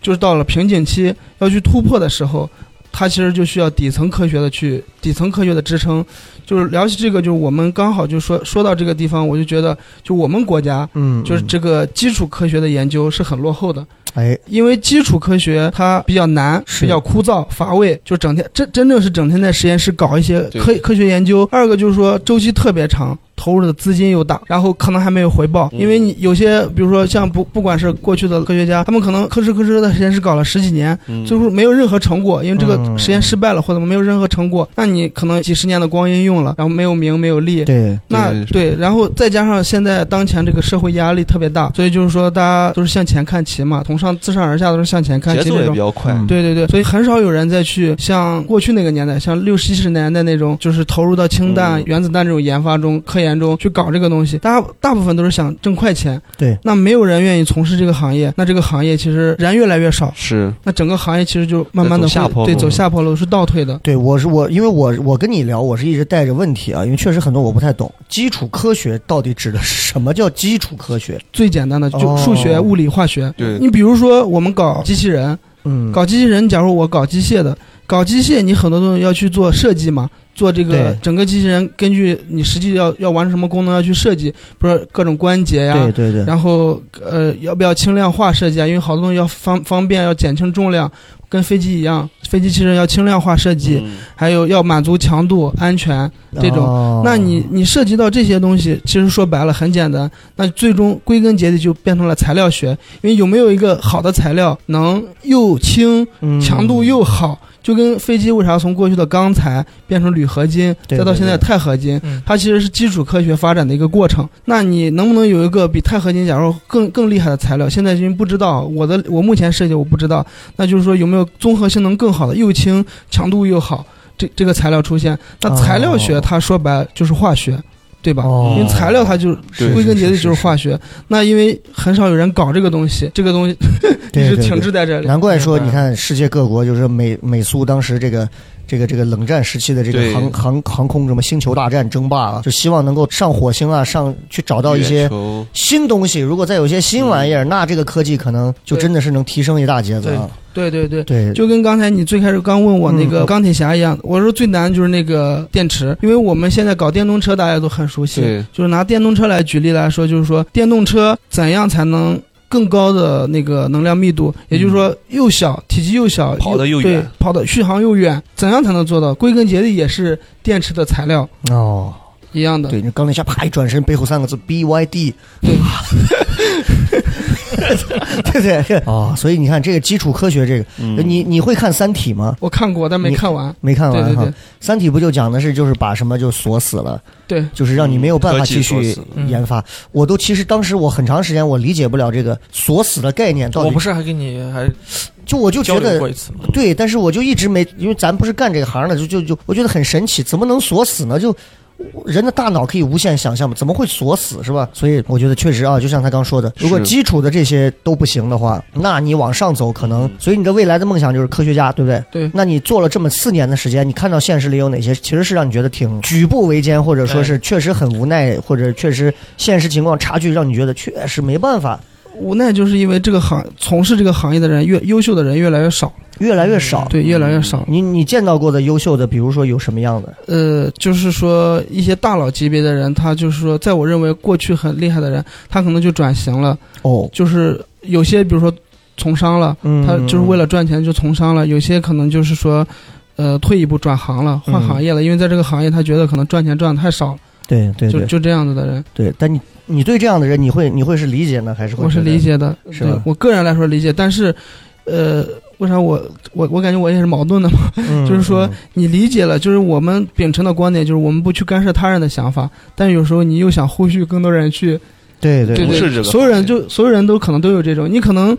就是到了瓶颈期要去突破的时候，它其实就需要底层科学的去底层科学的支撑。就是聊起这个，就是我们刚好就说说到这个地方，我就觉得，就我们国家嗯，就是这个基础科学的研究是很落后的，哎，因为基础科学它比较难，是比较枯燥乏味，就整天真真正是整天在实验室搞一些对科科学研究。二个就是说周期特别长，投入的资金又大，然后可能还没有回报，嗯因为你有些比如说像不不管是过去的科学家，他们可能吭哧吭哧在实验室搞了十几年，嗯最后没有任何成果，因为这嗯个实验失败了或者没有任何成果，那你可能几十年的光阴用了，然后没有名没有利，对，那对对，然后再加上现在当前这个社会压力特别大，所以就是说大家都是向前看齐嘛，从上自上而下都是向前看节齐奏那也比种。较快，嗯对对对，所以很少有人再去像过去那个年代，像六七十年代那种，就是投入到氢弹、嗯原子弹这种研发中、科研中去搞这个东西。大家大部分都是想挣快钱，对，那没有人愿意从事这个行业，那这个行业其实人越来越少，是那整个行业其实就慢慢在走的下坡路对走下坡路是倒退的。对，我是我，因为我我跟你聊，我是一直带着问题啊，因为确实很多我不太懂，基础科学到底指的是什么叫基础科学？最简单的就哦数学、物理、化学。对你比如说我们搞机器人，嗯搞机器人，假如我搞机械的，搞机械你很多东西要去做设计嘛，做这个对整个机器人根据你实际要要完成什么功能要去设计，不是各种关节呀、对对对，然后呃要不要轻量化设计啊？因为好多东西要方方便，要减轻重量，跟飞机一样，飞机其实要轻量化设计，嗯还有要满足强度、安全这种。哦那你你涉及到这些东西，其实说白了很简单，那最终归根结底就变成了材料学，因为有没有一个好的材料能又轻嗯强度又好，就跟飞机为啥从过去的钢材变成铝合金，对再到现在对对钛合金嗯，它其实是基础科学发展的一个过程。那你能不能有一个比钛合金，假如更更厉害的材料？现在因为不知道，我的我目前设计我不知道，那就是说有没有综合性能更好的，又轻强度又好，这这个材料出现？那材料学哦它说白了就是化学，对吧？哦因为材料它就是对归根结底是是就是化学，那因为很少有人搞这个东西，这个东西一对直对停对滞在这里。难怪说，明白你看世界各国，就是美美苏当时这个这个这个冷战时期的这个对航航航空什么星球大战争霸啊，就希望能够上火星啊，上去找到一月些球新东西。如果再有一些新玩意儿，那这个科技可能就对真的是能提升一大截子啊。对对对，对，就跟刚才你最开始刚问我那嗯个钢铁侠一样，我说最难的就是那个电池，因为我们现在搞电动车，大家都很熟悉。对就是拿电动车来举例来说，就是说电动车怎样才能更高的那个能量密度，也就是说又小，体积又小，跑得又对远，跑的续航又远，怎样才能做到？归根结底也是电池的材料哦，一样的。对，你刚那下啪一转身，背后三个字 B Y D，对不对？啊，所以你看这个基础科学，这个嗯你你会看《三体》吗？我看过，但没看完。没看对完对哈，对三体》不就讲的是就是把什么就锁死了，对，就是让你没有办法科继技续锁死嗯研发。我都其实当时我很长时间我理解不了这个锁死的概念到我底不，是还跟你还就我就交觉流过得一次吗？对，但是我就一直没，因为咱不是干这个行的，就就就我觉得很神奇，怎么能锁死呢？就人的大脑可以无限想象嘛，怎么会锁死是吧？所以我觉得确实啊，就像他刚说的，如果是基础的这些都不行的话，那你往上走可能，所以你的未来的梦想就是科学家，对不对？对那你做了这么四年的时间，你看到现实里有哪些，其实是让你觉得挺举步维艰，或者说是确实很无奈，或者确实现实情况差距让你觉得确实没办法，无奈就是因为这个行从事这个行业的人越优秀的人越来越少，越来越少。嗯对，越来越少。你你见到过的优秀的，比如说有什么样的？呃，就是说一些大佬级别的人，他就是说，在我认为过去很厉害的人，他可能就转型了，哦，就是有些比如说从商了，嗯他就是为了赚钱就从商了；有些可能就是说，呃，退一步转行了，嗯换行业了，因为在这个行业他觉得可能赚钱赚的太少了，对对就对就这样子的人，对，但你你对这样的人，你会你会是理解呢，还是会我是觉得理？解的，是对吧我个人来说理解，但是，呃，为啥我我我感觉我也是矛盾的嘛？ [laughs] 嗯就是说嗯你理解了，就是我们秉承的观点，就是我们不去干涉他人的想法，但是有时候你又想呼吁更多人去。对对对不对，是这个所有人行就所有人都可能都有这种，你可能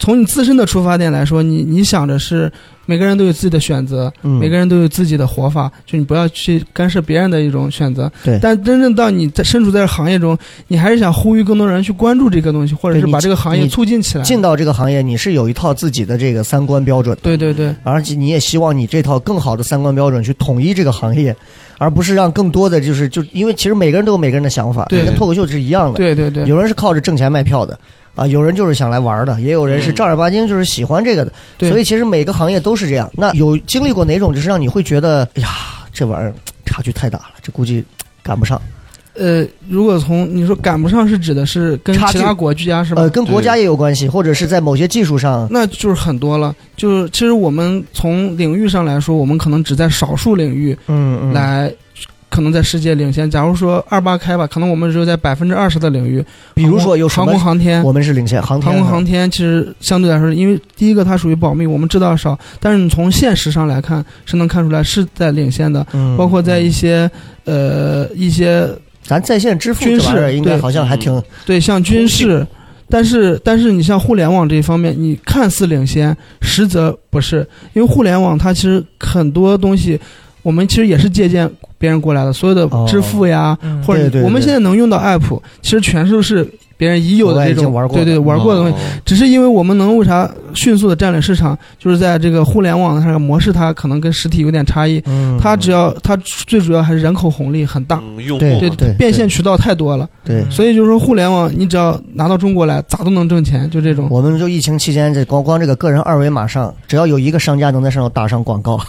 从你自身的出发点来说，你你想着是每个人都有自己的选择，嗯每个人都有自己的活法，就你不要去干涉别人的一种选择。对但真正到你在身处在这行业中，你还是想呼吁更多人去关注这个东西，或者对是你把这个行业你促进起来。进到这个行业，你是有一套自己的这个三观标准的，对对对而且你也希望你这套更好的三观标准去统一这个行业，而不是让更多的就是就因为其实每个人都有每个人的想法，对跟脱口秀是一样的。对对对，有人是靠着挣钱卖票的，啊，有人就是想来玩的，也有人是正儿八经就是喜欢这个的。嗯对所以其实每个行业都是这样。那有经历过哪种，就是让你会觉得，哎呀，这玩意儿差距太大了，这估计赶不上。呃，如果从你说赶不上是指的是跟差距其他国居家是吧？呃，跟国家也有关系，或者是在某些技术上，那就是很多了，就是其实我们从领域上来说，我们可能只在少数领域嗯嗯，来，可能在世界领先。假如说二八开吧，可能我们只有在百分之二十的领域，比如说有什航么空，航天。我们是领先航天航的，空航天其实相对来说，因为第一个它属于保密，我们知道少，但是你从现实上来看是能看出来是在领先的，嗯包括在一些呃一些咱在线支付军这玩意儿事应该对好像还挺对，像军事，但是但是你像互联网这一方面，你看似领先，实则不是，因为互联网它其实很多东西，我们其实也是借鉴别人过来的，所有的哦支付呀，嗯或者对对我们对现在能用到 app，其实全都是别人已有国外的已这经种玩过对对的玩过的东西，西。只是因为我们能为啥迅速的占领市场，就是在这个互联网上的模式，它可能跟实体有点差异，嗯它只要它最主要还是人口红利很大。嗯，用对户对嘛对变现渠道太多了，对。所以就是说，互联网你只要拿到中国来，咋都能挣钱，就这种。我们就疫情期间，这光光这个个人二维码上，只要有一个商家能在上头打上广 [laughs] 告，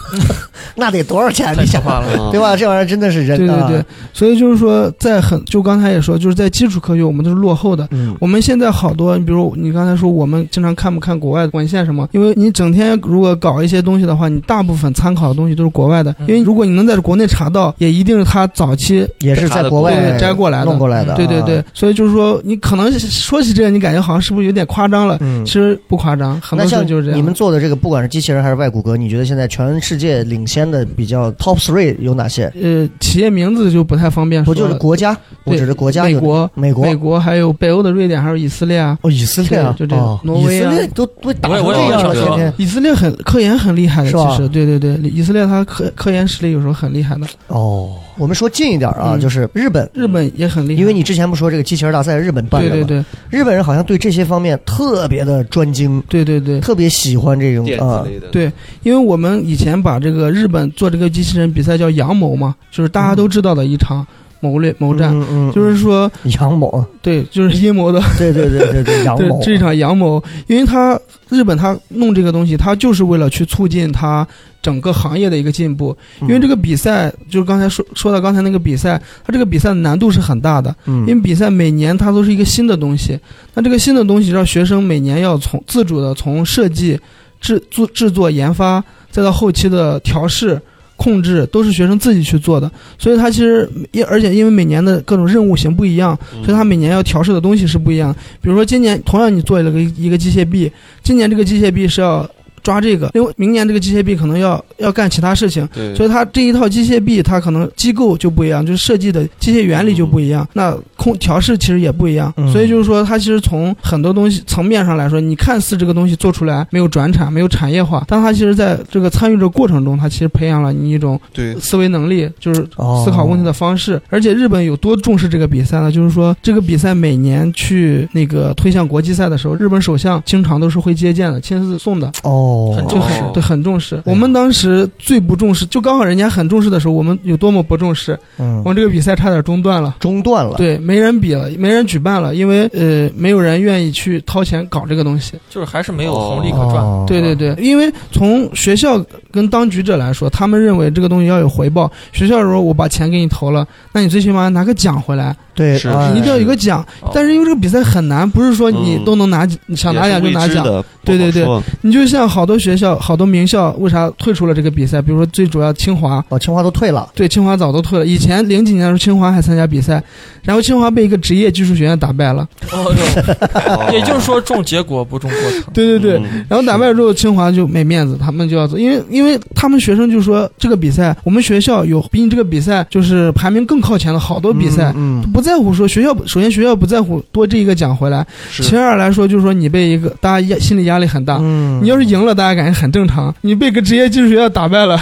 那得多少钱？太你可想，怕了。啊对吧？这玩意儿真的是人对对啊对，，所以就是说，在很就刚才也说，就是在基础科学我们都是落后的。嗯，我们现在好多，你比如你刚才说，我们经常看不看国外的文献什么？因为你整天如果搞一些东西的话，你大部分参考的东西都是国外的。嗯因为如果你能在国内查到，也一定是他早期也是在国对外对摘过来的嗯弄过来的啊。对对对，所以就是说，你可能说起这个，你感觉好像是不是有点夸张了？嗯其。实不夸张，很那多时候像就是这样。你们做的这个，不管是机器人还是外骨骼，你觉得现在全世界领先的比较 top three 有哪些？呃，企业名字就不太方便说不了。就是国家？我对指的国家美有国、美国、美国还有北欧的瑞典，还有以色列啊。哦，以色列啊，对就这样哦挪威啊以色列都都打我也成我这也样了，差天不多天以色列很科研很厉害的，是吧其实对对对，以色列它科科研实力有时候很厉害的，哦。我们说近一点啊，嗯就是日本，日本也很厉害，因为你之前不说这个机器人大赛日本办的对吗？对对日本人好像对这些方面特别的专精，对对对，特别喜欢这种哦电啊子。类的，对因为我们以前把这个日本做这个机器人比赛叫阳谋嘛，就是大家都知道的一场谋略谋战，嗯嗯，就是说阳谋，对，就是阴谋的对对对对 [laughs] 对，阳对谋，这一场阳谋，因为他日本他弄这个东西，他就是为了去促进他整个行业的一个进步。嗯因为这个比赛，就是刚才说说到刚才那个比赛，它这个比赛的难度是很大的，嗯，因为比赛每年它都是一个新的东西。那这个新的东西让学生每年要从自主的从设计、制作、制作、研发，再到后期的调试。控制都是学生自己去做的，所以它其实也而且因为每年的各种任务型不一样，嗯，所以它每年要调试的东西是不一样。比如说今年同样你做了个一个机械臂，今年这个机械臂是要抓这个，因为明年这个机械臂可能要要干其他事情。嗯对，所以它这一套机械臂，它可能机构就不一样，就是设计的机械原理就不一样，那空调试其实也不一样。嗯所以就是说，它其实从很多东西层面上来说，你看似这个东西做出来没有转产、没有产业化，但它其实在这个参与者过程中，它其实培养了你一种对思维能力，就是哦思考问题的方式。而且日本有多重视这个比赛呢？就是说，这个比赛每年去那个推向国际赛的时候，日本首相经常都是会接见的，亲自送的，哦，很就重很、哦对很重视。我们当时最不重视，就刚好人家很重视的时候，我们有多么不重视，嗯我，们这个比赛差点中断了。中断了，对，没人比了，没人举办了，因为呃，没有人愿意去掏钱搞这个东西。就是还是没有红利可赚。哦，对对对，因为从学校跟当局者来说，他们认为这个东西要有回报。学校说我把钱给你投了，那你最起码拿个奖回来，对是哎你一定要有一个奖哦。但是因为这个比赛很难，不是说你嗯都能拿，你想拿奖就拿奖。对对对你就像好多学校、好多名校，为啥退出了这个比赛？比如说最主要清华，哦，清华都退了，对，清华早都退了。以前零几年的时候，清华还参加比赛，然后清华被一个职业技术学院打败了。哦，对对 [laughs] 也就是说重结果不重过程。对对嗯嗯对，，然后打败了之后，清华就没面子，他们就要走，因为因为他们学生就说这个比赛，我们学校有比你这个比赛就是排名更靠前的好多比赛。嗯，嗯不在乎说学校，首先学校不在乎多这一个奖回来，其是二来说就是说你被一个大家压心理压力很大，嗯啊你要是赢了，大家感觉很正常；你被一个职业技术学校打败了，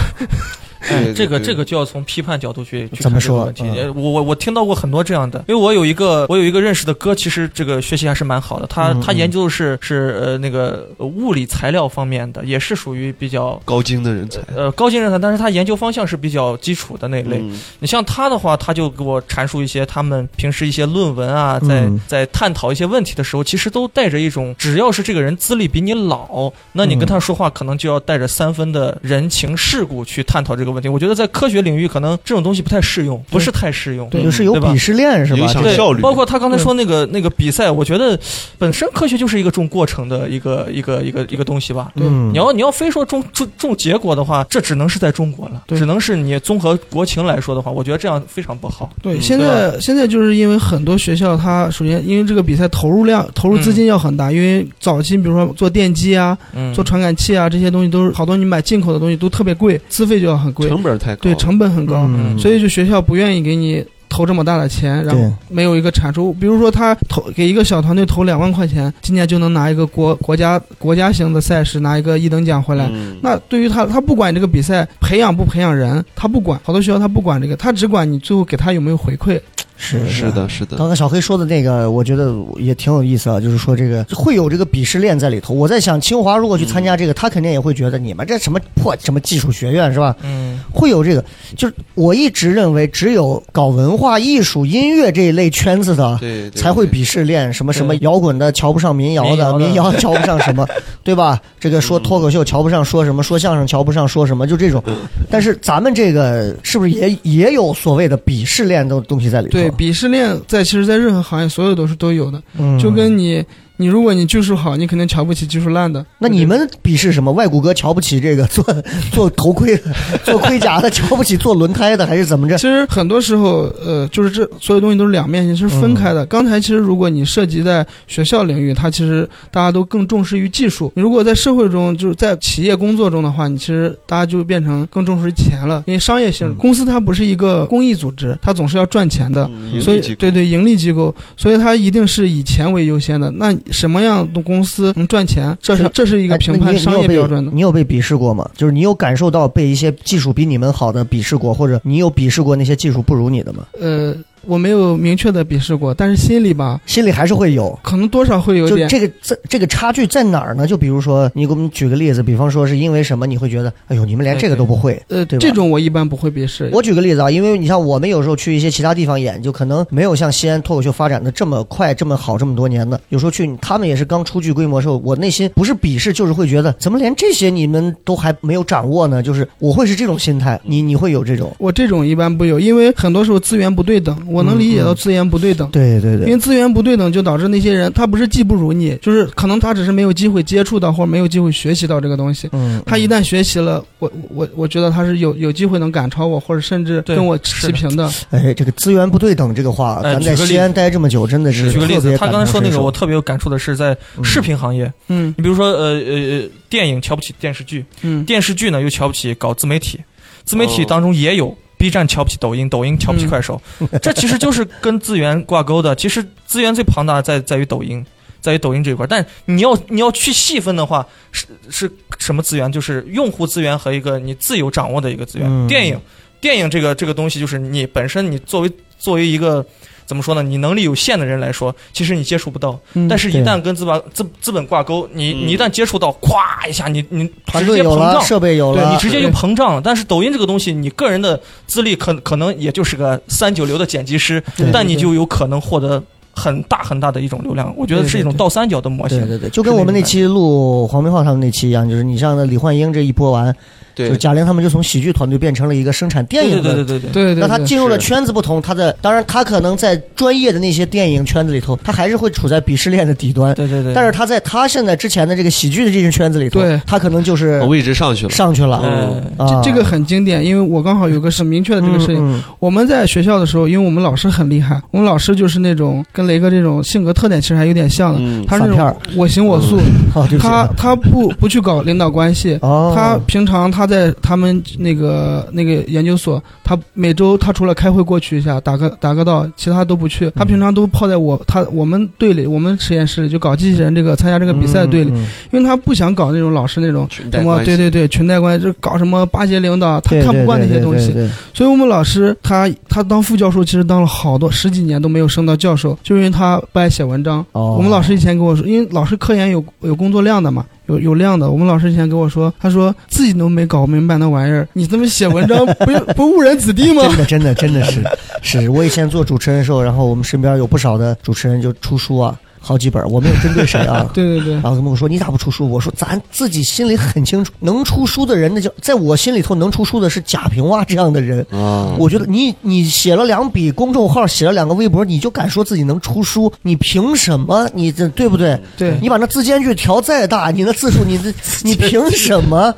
哎，这个对对对这个就要从批判角度去去怎么看这个说问题嗯呃我我我听到过很多这样的，因为我有一个我有一个认识的哥，其实这个学习还是蛮好的。他嗯他嗯研究的是是呃那个呃物理材料方面的，也是属于比较高精的人才。呃高精人才，但是他研究方向是比较基础的那一类。嗯你像他的话，他就给我阐述一些他们平时一些论文啊，在、嗯在探讨一些问题的时候，其实都带着一种，只要是这个人资历比你老，那你跟他说话可能就要带着三分的人情世故去探讨这个问题。我觉得在科学领域，可能这种东西不太适用，不是太适用。对就是有对吧鄙视链是吧有？想对效率包括他刚才说那个那个比赛，我觉得本身科学就是一个重过程的一个一个一个一个东西吧。嗯，你要你要非说重重重结果的话，这只能是在中国了，对只能是你综合国情来说的话，我觉得这样非常不好。对，嗯现对在现在就是因为很多学校，它首先因为这个比赛投入量、投入资金要很大，因为早期比如说做电机啊、嗯，做传感器啊这些东西都是好多你买进口的东西都特别贵，资费就要很贵，成本太高，对，成本很高，嗯所以就学校不愿意给你投这么大的钱，然后对没有一个产出。比如说他投给一个小团队投两万块钱，今年就能拿一个国国家国家型的赛事拿一个一等奖回来。嗯那对于他，他不管你这个比赛培养不培养人，他不管。好多学校他不管这个，他只管你最后给他有没有回馈。是是的，是的，刚才小黑说的那个，我觉得也挺有意思啊，就是说这个会有这个鄙视链在里头。我在想，清华如果去参加这个，他肯定也会觉得你们这什么破什么技术学院是吧？嗯会有这个，就是我一直认为，只有搞文化艺术、音乐这一类圈子的，对对才会对鄙视链，什么什么对摇滚的瞧不上民谣的，民民谣谣瞧不上什么，对吧？这个说脱口秀瞧不上说什么，说相声瞧不上说什么，就这种。 [laughs] 但是咱们这个是不是也也有所谓的鄙视链的东西在里头？啊对，鄙视链在其实，在任何行业所有都是都有的，嗯，就跟你。你如果你技术好，你肯定瞧不起技术烂的。那你们鄙视什么？外骨骼瞧不起这个做 [laughs] 做头盔的、做盔甲的， [laughs] 瞧不起做轮胎的，还是怎么着？其实很多时候，呃，就是这所有东西都是两面性，是分开的。刚才其实如果你涉及在学校领域，它其实大家都更重视于技术；你如果在社会中，就是在企业工作中的话，你其实大家就变成更重视于钱了，因为商业性、公司它不是一个公益组织，它总是要赚钱的。嗯所以盈利机，构对对，盈利机构，所以它一定是以钱为优先的。那什么样的公司能赚钱？这是这是一一个评判商业标准的。哎你有被鄙视过吗？就是你有感受到被一些技术比你们好的鄙视过，或者你有鄙视过那些技术不如你的吗？呃，我没有明确的鄙视过，但是心里吧，心里还是会有。可能多少会有就点。这个这这个差距在哪儿呢？就比如说，你给我们举个例子，比方说是因为什么你会觉得，哎呦，你们连这个都不会。呃，对吧这种我一般不会鄙视。我举个例子啊，因为你像我们有时候去一些其他地方演，就可能没有像西安脱口秀发展的这么快、这么好、这么多年的。有时候去，他们也是刚初具规模的时候，我内心不是鄙视，就是会觉得怎么连这些你们都还没有掌握呢？就是我会是这种心态，你你会有这种？我这种一般不有，因为很多时候资源不对等，我能理解到资源不对等。对嗯对因为，资源不对等，就导致那些人他不是技不如你，就是可能他只是没有机会接触到或者没有机会学习到这个东西。嗯，他一旦学习了，我我我觉得他是有有机会能赶超我，或者甚至对跟我是齐平的。哎，这个资源不对等这个话，哎咱举在个例西安待这么久，真的是举个例特子，别他感刚才同说那身个，受我特别有感触的是在视频行业，嗯你比如说呃呃呃，电影瞧不起电视剧，嗯，电视剧呢又瞧不起搞自媒体，自媒体哦当中也有。B 站瞧不起抖音，抖音瞧不起快手，这其实就是跟资源挂钩的。其实资源最庞大的在在于抖音，在于抖音这一块。但你要你要去细分的话，是是什么资源？就是用户资源和一个你自由掌握的一个资源。嗯电影电影这个这个东西，就是你本身你作为作为一个怎么说呢？你能力有限的人来说，其实你接触不到。嗯但是，一对旦跟资本资资本挂钩，你嗯你一旦接触到，咵一下，你你团直队接有膨了，胀，设备有对了，你直接就膨胀了。但是抖音这个东西，你个人的资历可可能也就是个三九流的剪辑师对，但你对就有可能获得很大很大的一种流量。我觉得对对是一种对倒三角的模对型。对对，就跟我们那期录黄明昊他们那期一样，就是你像那李焕英这一波完，对就贾玲他们就从喜剧团队变成了一个生产电对影对的。对对对。对对那他对进入了是圈子不同，他在当然他可能在专业的那些电影圈子里头，他还是会处在鄙视链的底端。对对对，但是他在他现在之前的这个喜剧的这个圈子里头对，他可能就是哦我位置上去了，上去了。嗯啊，这这个很经典，因为我刚好有个很明确的这个事情，嗯我们在学校的时候，因为我们老师很厉害，我们老师就是那种跟雷哥这种性格特点其实还有点像的，嗯他是那散片种我行我素，嗯好，对不起他啊他不不去搞领导关系。哦，他平常他在他们那个那个研究所，他每周他除了开会过去一下打个打个道，其他都不嗯去。他平常都泡在我他我们队里，我们实验室里就搞机器人这个参加这这个比赛的队里，嗯因为他不想搞那种老师那种裙带什么关系对对对裙带关系，就搞什么巴结领导，他对看不惯那些东西。对对对对所以我们老师他他当副教授，其实当了好多十几年都没有升到教授，就因为他不爱写文章。哦我们老师以前跟我说，因为老师科研有有工作量的嘛，有有量的。我们老师以前跟我说，他说自己都没搞明白那玩意儿，你这么写文章 [laughs] 不是不误人子弟吗？。真的，真的，真的是，是我以前做主持人的时候，然后我们身边有不少的主持人就出书啊。好几本，我没有针 [laughs] 对谁啊对对对然后他们说你咋不出书？我说咱自己心里很清楚，能出书的人那叫在我心里头能出书的是贾平凹这样的人。啊，我觉得你你写了两笔公众号，写了两个微博，你就敢说自己能出书？你凭什么？你这对不对？对你把那字间距调再大，你那字数，你这你凭什么？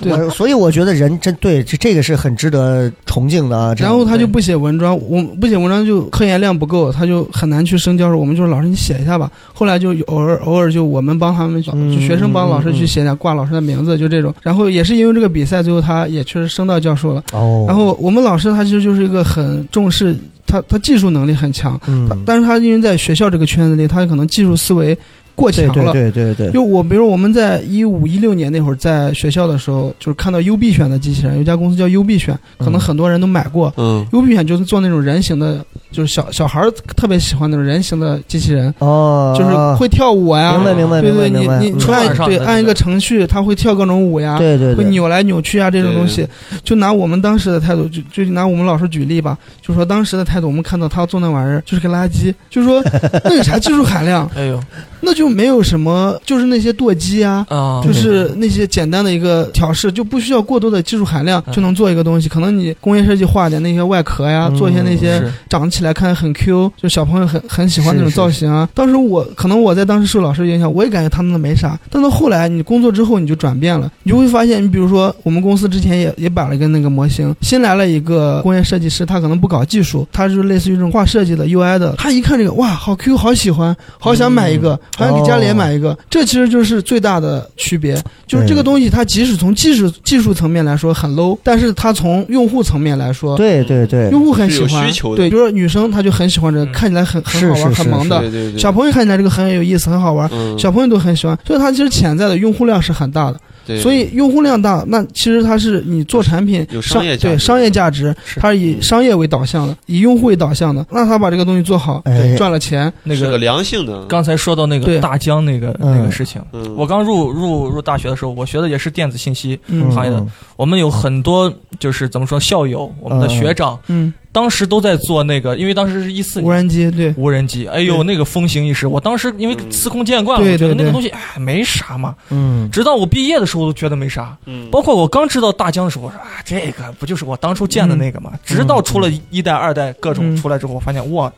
我所以我觉得人真对这这个是很值得崇敬的啊。这然样后他就不写文章，我不写文章就科研量不够，他就很难去升教授。我们就说老师你写一下吧。后来就有偶尔偶尔就我们帮他们，就嗯学生帮老师嗯去写点挂老师的名字，就这种。然后也是因为这个比赛，最后他也确实升到教授了。哦，然后我们老师他其实就是一个很重视他，他技术能力很强，嗯，但是他因为在学校这个圈子里，他可能技术思维过强对了。对对对对，就我，比如我们在一五一六年那会儿，在学校的时候，就是看嗯到 U B 选的机器人，有一家公司叫 U B 选，可能很多人都买过。嗯 U B 选就是做那种人形的，就是小小孩儿特别喜欢那种人形的机器人，哦，就是会跳舞呀。明白明白对明白对，明白，你嗯你春晚按上对的按那一个个程序，它会跳各种舞呀，对对会对，扭来扭去啊，这种对东西。就拿我们当时的态度，就就拿我们老师举例吧，就说当时的态度，我们看到他做那玩意儿就是个垃圾，就说 [laughs] 那有啥技术含量？哎呦那就没有什么，就是那些舵机啊，啊就对是那些简单的一个调试，就不需要过多的技术含量嗯就能做一个东西。可能你工业设计画点那些外壳呀，嗯做一些那些是长起来看很 Q，就小朋友很很喜欢那是种是造型啊。当时我可能我在当时受老师影响，我也感觉他们的没啥。但到后来你工作之后，你就转变了，你就会发现，你比如说我们公司之前也也摆了一个那个模型，新来了一个工业设计师，他可能不搞技术，他就是类似于这种画设计的 UI 的，他一看这个哇，好 Q，好喜欢，好想买一个，好想给家里也买一哦个。这其实就是最大的区别，就是嗯这个东西它即使从技术技术层面来说很 low，但是它从用户层面来说，对对对，用户很喜是有欢，需求的对，比如说女生她就很喜欢这个，嗯看起来很很好玩、是是很萌的，对对对，小朋友看起来这个很有意思、很好玩，嗯小朋友都很喜欢，所以它其实潜在的用户量是很大的。对所以用户量大，那其实它是你做产品有商商业价值对商业价值，是它是以商业为导向的，以用户为导向的，那他把这个东西做好，哎对，赚了钱，那是个个良性的，刚才说到那对个大疆那个嗯那个事情，嗯我刚入入入大学的时候，我学的也是电子信息，嗯行业的，我们有很多就是怎么说校友，我们的嗯学长，嗯，当时都在做那个，因为当时是一四无年。人机，对，无人机，哎对呦，那个风行一时。我当时因为嗯司空见惯了，对我觉得对那个对东西哎没啥嘛。嗯，直到我毕业的时候，我都觉得没啥。嗯包括我刚知道大疆的时候，我说啊，这个不就是我当初建的那个嘛？直到出了一代、二代各种嗯出来之后，我发现哇，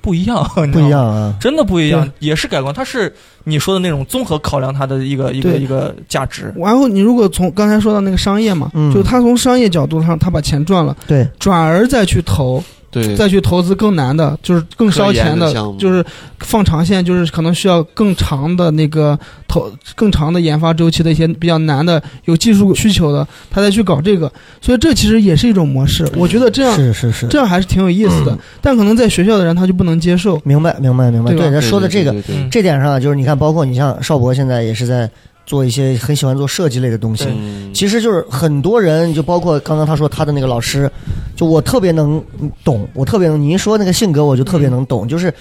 不一样，你知不道吗一，样啊，真的不一样，也是改观。它是你说的那种综合考量它的一个一个对一个价值。然后你如果从刚才说到那个商业嘛，嗯就他从商业角度上，他把钱赚了，对，转而再去投，对再去投资更难的，就是更烧钱科研的项目就是放长线，就是可能需要更长的那个投更长的研发周期的一些比较难的有技术需求的，他再去搞这个，所以这其实也是一种模式。我觉得这样嗯是嗯是是，这样还是挺有意思的，但可能在学校的人他就不能接受。明白明白明白，对吧对，他说的这个对对对对嗯这点上啊，就是你看，包括你像邵博现在也是在做一些很喜欢做设计类的东西对。嗯其实就是很多人，就包括刚刚他说他的那个老师，就我特别能懂，我特别能，您说那个性格我就特别能懂，就是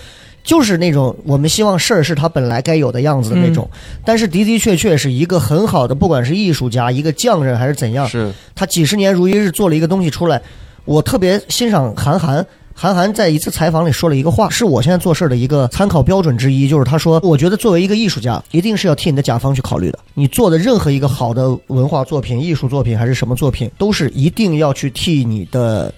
就是那种我们希望事儿是他本来该有的样子的那种，但是的的确确是一个很好的，不管是艺术家、一个匠人还是怎样，是他几十年如一日做了一个东西出来，我特别欣赏韩寒。韩寒在一次采访里说了一个话，是我现在做事儿的一个参考标准之一，就是他说，我觉得作为一个艺术家，一定是要替你的甲方去考虑的。你做的任何一个好的文化作品、艺术作品还是什么作品，都是一定要去替你的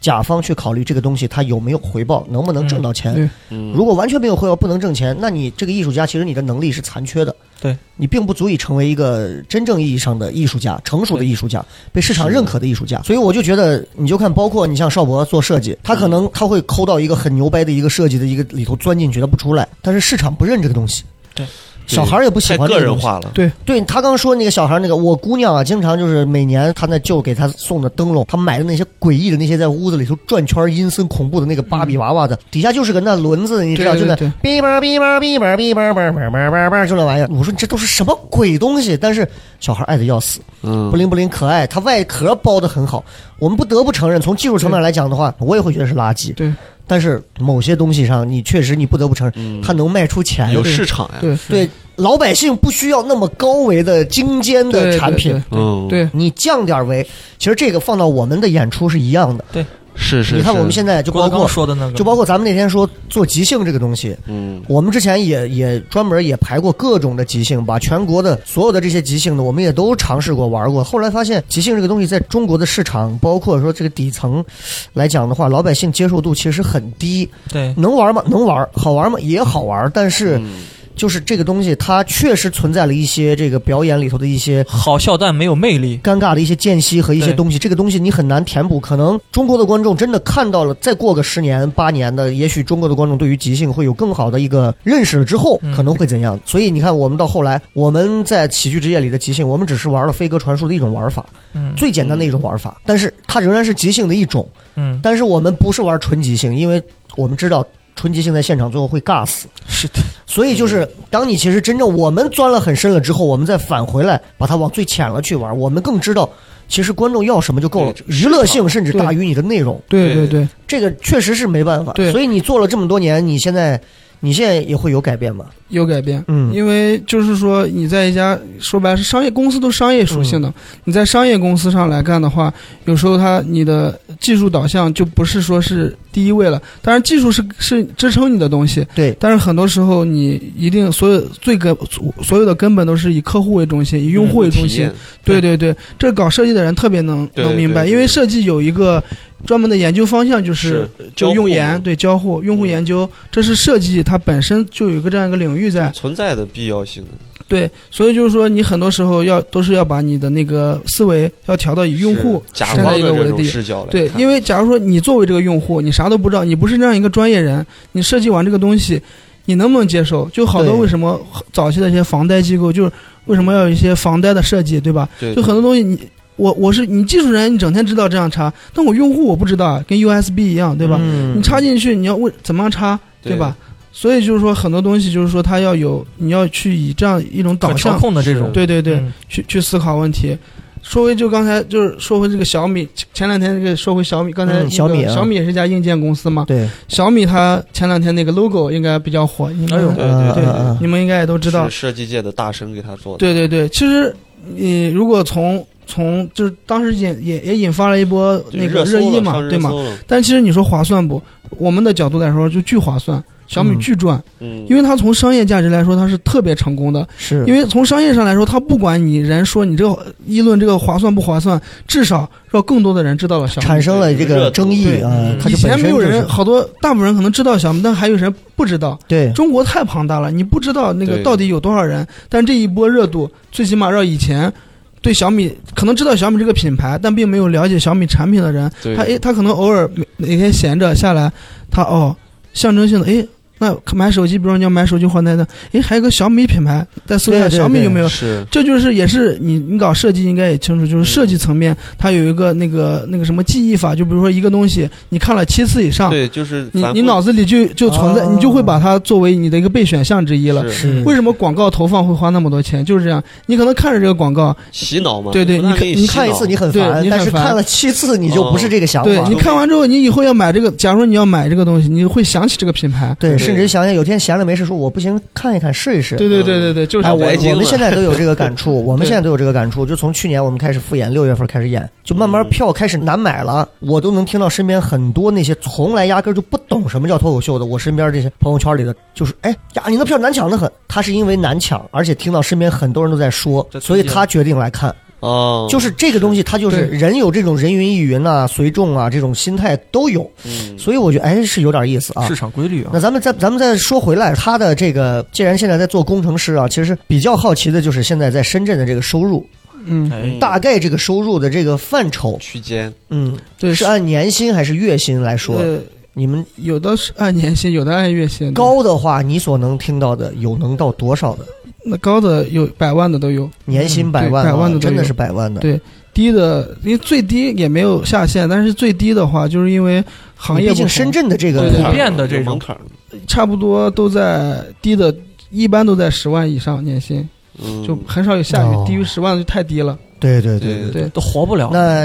甲方去考虑这个东西它有没有回报，能不能挣到钱。嗯对嗯如果完全没有回报，不能挣钱，那你这个艺术家其实你的能力是残缺的。对，你并不足以成为一个真正意义上的艺术家，成熟的艺术家，被市场认可的艺术家。所以我就觉得，你就看，包括你像邵博做设计，他可能他会抠到一个很牛掰的一个设计的一个里头钻进去，他不出来，但是市场不认这个东西。对，小孩儿也不喜太欢这个个人东西。化了，对他刚说那个小孩儿那个，我姑娘啊，经常就是每年她那舅给她送的灯笼，她买的那些诡异的那些在屋子里头转圈儿、阴森恐怖的那个芭比娃娃的，底下就是个那轮子，你知道，对就对那对哔叭哔叭哔叭哔叭叭叭叭叭叭，就那玩意儿。我说你这都是什么鬼东西？但是小孩爱的要死，嗯不灵不灵可爱，它外壳包的很好。我们不得不承认，从技术层面来讲的话，我也会觉得是垃圾。对，但是某些东西上，你确实你不得不承认，嗯它能卖出钱。有市场呀，对对老百姓不需要那么高维的精尖对的产品，嗯对，你降点儿维，其实这个放到我们的演出是一样的。对，是是，你看是我们现在就郭包德纲括说的那个，就包括咱们那天说做即兴这个东西，嗯我们之前也也专门也排过各种的即兴，把全国的所有的这些即兴的，我们也都尝试过玩过。后来发现，即兴这个东西在中国的市场，包括说这个底层来讲的话，老百姓接受度其实很低。对，能玩吗？能玩，好玩吗？也好玩，但是嗯就是这个东西，它确实存在了一些这个表演里头的一些好笑但没有魅力。尴尬的一些间隙和一些对东西，这个东西你很难填补。可能中国的观众真的看到了，再过个十年八年的，也许中国的观众对于即兴会有更好的一个认识了之后，嗯可能会怎样？所以你看，我们到后来，我们在喜剧之夜里的即兴，我们只是玩了飞鸽传书的一种玩法，嗯最简单的一种玩法，但是它仍然是即兴的一种。嗯，但是我们不是玩纯即兴，因为我们知道纯即兴在现场最后会尬死。是的，所以嗯就是，当你其实真正我们钻了很深了之后，我们再返回来把它往最浅了去玩，我们更知道，其实观众要什么就够了对，娱乐性甚至大于你的内容，对对对，这个确实是没办法。对所以你做了这么多年，你现在你现在也会有改变吗？有改变。嗯因为就是说你在一家说白了是商业公司，都是商业属性嗯的。你在商业公司上来干的话，有时候它你的技术导向就不是说是第一位了。当然，技术是是支撑你的东西，对，但是很多时候你一定所有最根所有的根本都是以客户为中心，以用户为中体心。验对对对，这搞设计的人特别能对能明白，对对因为设计有一个专门的研究方向，就是就用交研互嗯对交互用户研究，这是设计它本身就有一个这样一个领域在。存在的必要性，对，所以就是说你很多时候要都是要把你的那个思维要调到以用户是甲站在方一的个我这的种地。视角来对，因为为假如说你作为这个用户，你啥都不知道，你不是这样一个专业人，你设计完这个东西，你能不能接受？就好多对为什么早期的一些房贷机构，就是为什么要有一些房贷的设计，对吧？就很多东西你。我我是你技术人，你整天知道这样插，但我用户我不知道啊，跟 USB 一样，对吧？嗯你插进去，你要问怎么样插，对对吧？所以就是说很多东西就是说它要有，你要去以这样一种可导调向，控的这种，对对对，嗯去去思考问题。说回就刚才就是说回这个小米，前前两天这个说回小米，刚才、嗯小米啊小米也是一家硬件公司嘛，对，小米它前两天那个 logo 应该比较火，你哎们、呦对对对对嗯嗯你们应该也都知道是，设计界的大神给他做的，对对对，其实你如果从从就是当时引也也引发了一波就那热个热搜议了嘛上，热对吗？搜了但其实你说划算不？我们的角度来说就巨划算，小米嗯巨赚，嗯，因为它从商业价值来说它是特别成功的，是因为从商业上来说，它不管你人说你这个议论这个划算不划算，至少让更多的人知道了小米。产生了这个热度争议对啊嗯，它以就本前没身有就人，是好多大部分人可能知道小米，但还有人不知道。对中国太庞大了，你不知道那个对到底有多少人。但这一波热度，最起码让以前对小米可能知道小米这个品牌，但并没有了解小米产品的人，对他诶，他可能偶尔每哪天闲着下来，他哦，象征性的诶，那买手机，比如说你要买手机换代的，诶，还有个小米品牌，再搜一下对对小米有没有？是这就是也是你你搞设计应该也清楚，就是设嗯计层面它有一个那个那个什么记忆法，就比如说一个东西你看了七次以上，对，就是啊你反你复脑子里就就存在，哦你就会把它作为你的一个备选项之一了。是为什么广告投放会花那么多钱？就是这样，你可能看着这个广告，洗脑嘛，对对不断你看给你洗看一脑次你很对烦，你很但是烦看了七次你就不是这个想法对了你。看完之后，你以后要买这个，假如你要买这个东西，你会想起这个品牌。对，对甚至想想有天闲了没事说，我不行，看一看试一试。对对对对对，就是哎，我白金我了们现在都有这个感 [laughs] 触，我们现在都有这个感触。就从去年我们开始复演，六月份开始演，就慢慢嗯票开始难买了。我都能听到身边很多那些从来压根儿就不懂什么叫脱口秀的，我身边这些朋友圈里的，就是哎呀，你那票难抢的很。他是因为难抢，而且听到身边很多人都在说，这所以推荐他决定来看。哦，就是这个东西，他就是对人有这种人云亦云呐、随众啊这种心态都有，嗯所以我觉得哎是有点意思啊。市场规律啊那，咱们再咱们再说回来，他的这个既然现在在做工程师啊，其实比较好奇的就是现在在深圳的这个收入，嗯，哎，大概这个收入的这个范畴，区间嗯，对是按年薪还是月薪来说？呃，你们有的是按年薪，有的按月薪。高的话，你所能听到的有能到多少的？那高的有百万的都有，年薪嗯百万、啊，对百万的都有真的是百万的，对低的因为最低也没有下限，但是最低的话，就是因为行业毕不竟同深圳的这对个对普遍的这有种门槛儿，差不多都在低的，一般都在十万以上年薪。嗯就很少有下哦雨低于十万就太低了。对对对对对。对对，都活不了。那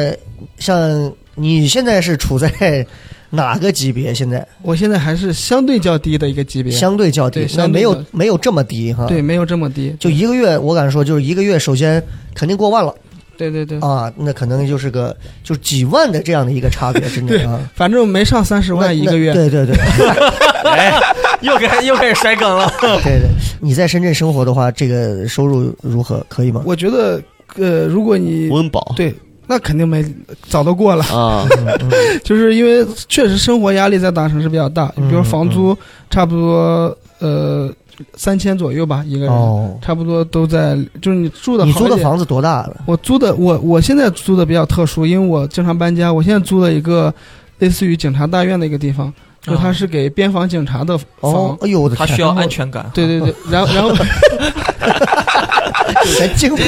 像你现在是处在 [laughs] 哪个级别？现在我现在还是相对较低的一个级别，相对较低对，那相对没有较没有这么低哈。对，没有这么低。就一个月，我敢说，就是一个月，首先肯定过万了，对对对，啊，那可能就是个就是几万的这样的一个差别，真的啊。反正没上三十那万一个月。那对对对 [laughs] 哎，又开又开始甩梗了。对对，你在深圳生活的话，这个收入如何？可以吗？我觉得，呃，如果你温饱 [laughs] 对，那肯定没早都过了，啊， [laughs] 就是因为确实生活压力在大城市比较大，嗯比如房租差不多呃三千左右吧一个人，哦，差不多都在就是你住的你好租一的点房子多大了？我租的我我现在租的比较特殊，因为我经常搬家。我现在租了一个类似于警察大院的一个地方，就它是给边防警察的房。哦，哎呦我的他天，需要安全感。对对 [laughs] 对，然后然后神经病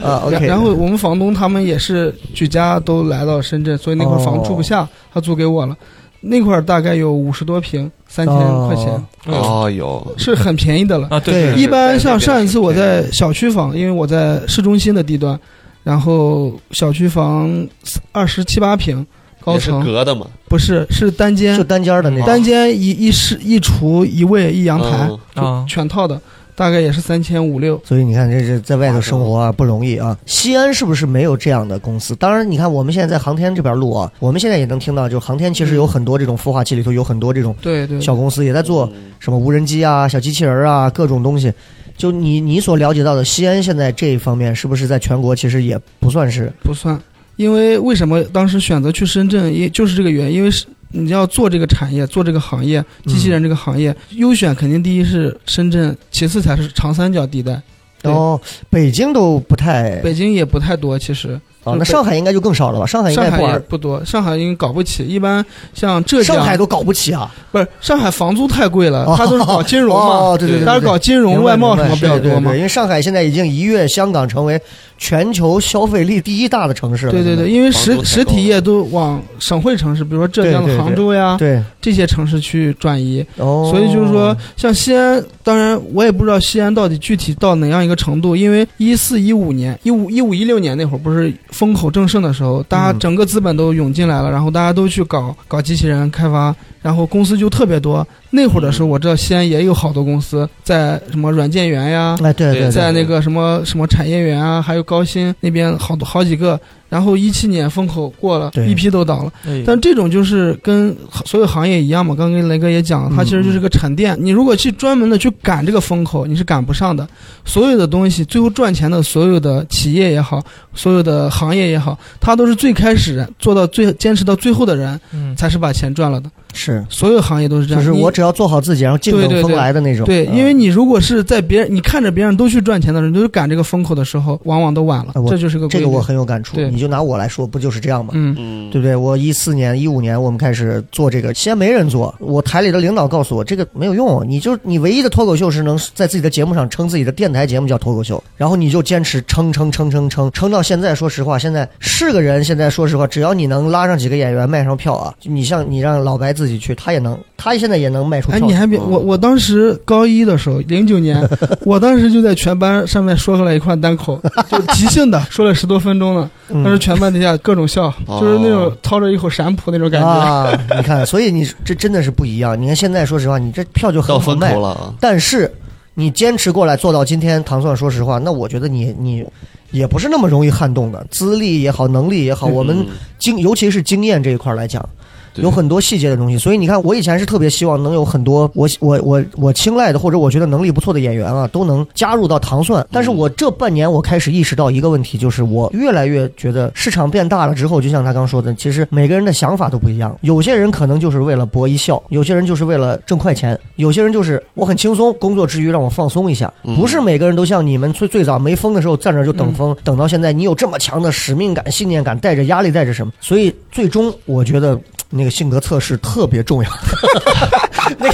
啊！OK，然后我们房东他们也是举家都来到深圳，所以那块房住不下，哦他租给我了。那块大概有五十多平，三千块钱、哦哦哟，是很便宜的了。嗯啊，对对，一般像是在那边上一次是我便宜在小区房，因为我在市中心的地段，然后小区房二十七八平，高也是层隔的嘛，不是，是单就间，单间的那种，单间一一室一厨一卫一阳台，嗯啊，全套的，大概也是三千五六。所以你看，这是在外头生活啊不容易啊。西安是不是没有这样的公司？当然，你看我们现在在航天这边录啊，我们现在也能听到，就是航天其实有很多这种孵化器里头有很多这种对对，小公司也在做什么无人机啊、小机器人儿啊各种东西。就你你所了解到的，西安现在这一方面是不是在全国其实也不算是不算，因为为什么当时选择去深圳，也就是这个原因，因为是你要做这个产业，做这个行业，嗯机器人这个行业，优选肯定第一是深圳，其次才是长三角地带，对哦，北京都不太北京也不太多，其实啊，那上海应该就更少了吧？上海应上该海不也玩，不多，上海应该搞不起，一般像浙江，上海都搞不起啊！不是上海房租太贵了哦，他都是搞金融嘛，哦对对对对他是搞金融外贸什么比较明白明多白对嘛对对，因为上海现在已经一跃香港，成为全球消费力第一大的城市了。对对现在对，因为房实租太实高了体业都往省会城市，比如说浙江对对的对杭州呀对，这些城市去转移，哦，所以就是说，像西安，当然我也不知道西安到底具体到哪样一个程度，因为一四一五年、一五一五一六年那会儿不是风口正盛的时候，大嗯家整个资本都涌进来了，然后大家都去搞搞机器人开发，然后公司就特别多。那会儿的时嗯候，我知道西安也有好多公司在什么软件园呀，哎，对对，对在那个什么什么产业园啊，还有高新那边好多好几个。然后一七年风口过了，对一批都倒了。哎但这种就是跟所有行业一样嘛，刚刚跟雷哥也讲嗯了，它其实就是个沉淀。你如果去专门的去赶这个风口，你是赶不上的。所有的东西，最后赚钱的所有的企业也好，所有的行业也好，它都是最开始做到最坚持到最后的人，嗯，才是把钱赚了的。是，所有行业都是这就样。是你我只要做好自己，然后尽对等对风对来的那种。对，嗯因为你如果是在别人你看着别人都去赚钱的人，就是赶这个风口的时候，往往都晚了啊我。这就是个规这律。个我很有感触，对你就拿我来说，不就是这样吗？嗯嗯对不对？我一四年、一五年我们开始做这个，先没人做。我台里的领导告诉我，这个没有用，你就你唯一的脱口秀是能在自己的节目上称自己的电台节目叫脱口秀，然后你就坚持撑撑撑撑撑撑到现在。说实话，现在是个人，现在说实话，只要你能拉上几个演员卖上票啊，你像你让老白自己去，他也能，他现在也能卖出哎，票。你还别我，我当时高一的时候，零 [laughs] 九年，我当时就在全班上面说了一块单口，就即兴的说了十多分钟呢，嗯当时全班底下各种笑，哦就是那种操着一口陕普那种感觉。啊，你看，所以你这真的是不一样。你看现在，说实话，你这票就到很好风卖口，了啊，但是你坚持过来做到今天，糖蒜，说实话，那我觉得你你也不是那么容易撼动的，资历也好，能力也好，我们嗯经尤其是经验这一块来讲，对有很多细节的东西。所以你看，我以前是特别希望能有很多我我我我青睐的或者我觉得能力不错的演员啊，都能加入到糖蒜。但是我这半年我开始意识到一个问题，就是我越来越觉得市场变大了之后，就像他刚说的，其实每个人的想法都不一样。有些人可能就是为了博一笑，有些人就是为了挣快钱，有些人就是我很轻松，工作之余让我放松一下。嗯不是每个人都像你们最最早没风的时候站那儿就等风，等到现在你有这么强的使命感、信念感，带着压力，带着什么？所以最终我觉得那个性格测试特别重要， [laughs] 那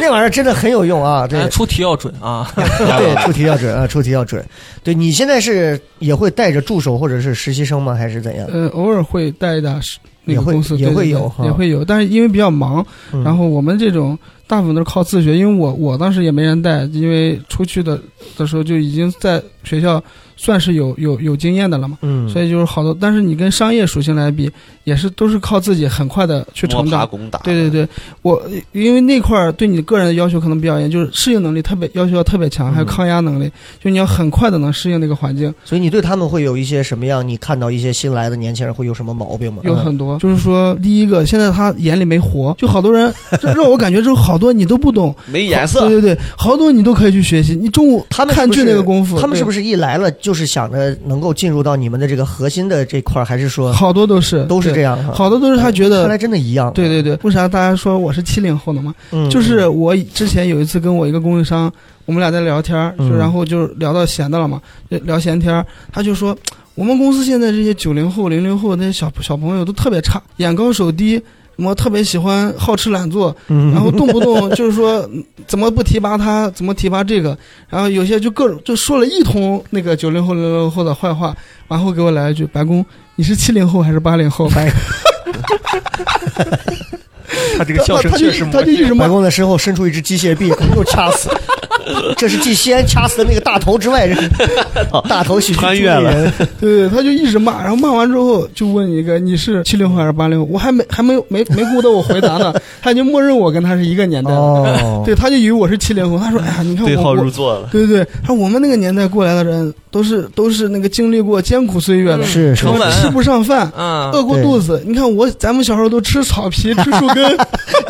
那玩意儿真的很有用啊！对哎，出题要准啊，对，出题要准啊，出题要准。对你现在是也会带着助手或者是实习生吗？还是怎样？呃，偶尔会带一打是那也个会公司也对对会对有哈也会有，但是因为比较忙，嗯然后我们这种大部分都是靠自学，因为我我当时也没人带，因为出去的的时候就已经在学校算是有有有经验的了嘛，嗯，所以就是好多。但是你跟商业属性来比，也是都是靠自己很快的去摸成爬长。滚打，对对对，我因为那块儿对你个人的要求可能比较严，就是适应能力特别要求要特别强，还有嗯抗压能力，就你要很快的能适应那个环境。所以你对他们会有一些什么样？你看到一些新来的年轻人会有什么毛病吗？有很嗯多，就是说，第一个，现在他眼里没活，就好多人， [laughs] 这让我感觉就是好多你都不懂，没颜色，对对对，好多你都可以去学习。你中午他们看是不剧是那个功夫，他们是不是是一来了就是想着能够进入到你们的这个核心的这块儿，还是说好多都是都是这样？样？好多都是他觉看来得，真的一样。对对对，为啥大家说我是七零后的嘛？嗯，就是我之前有一次跟我一个供应商，我们俩在聊天儿，就嗯然后就聊到闲的了嘛，就聊闲天儿，他就说我们公司现在这些九零后、零零后那些小小朋友都特别差，眼高手低，什么特别喜欢好吃懒做，嗯，然后动不动就是说嗯怎么不提拔他，怎么提拔这个，然后有些就各种就说了一通那个九零后、零零后的坏话，然后给我来一句：“白宫，你是七零后还是八零后？”哎白他这他个笑声他就确实他魔就一直白骂，宫的身后伸出一只机械臂，又掐死。这是继西安掐死的那个大头之外，这是大头喜剧哦穿越了中人。对，他就一直骂，然后骂完之后就问一个：“你是七零后还是八零后？”我还没还没有没没顾得我 [laughs] 回答呢，他就默认我跟他是一个年代的，哦，对，他就以为我是七零后，他说：“哎呀，你看对我号我入座了。对对对，他说我们那个年代过来的人都是都是那个经历过艰苦岁月的，是是我成们本吃不上饭，嗯啊，饿过肚子。你看我，咱们小时候都吃草皮、吃树 [laughs] 根，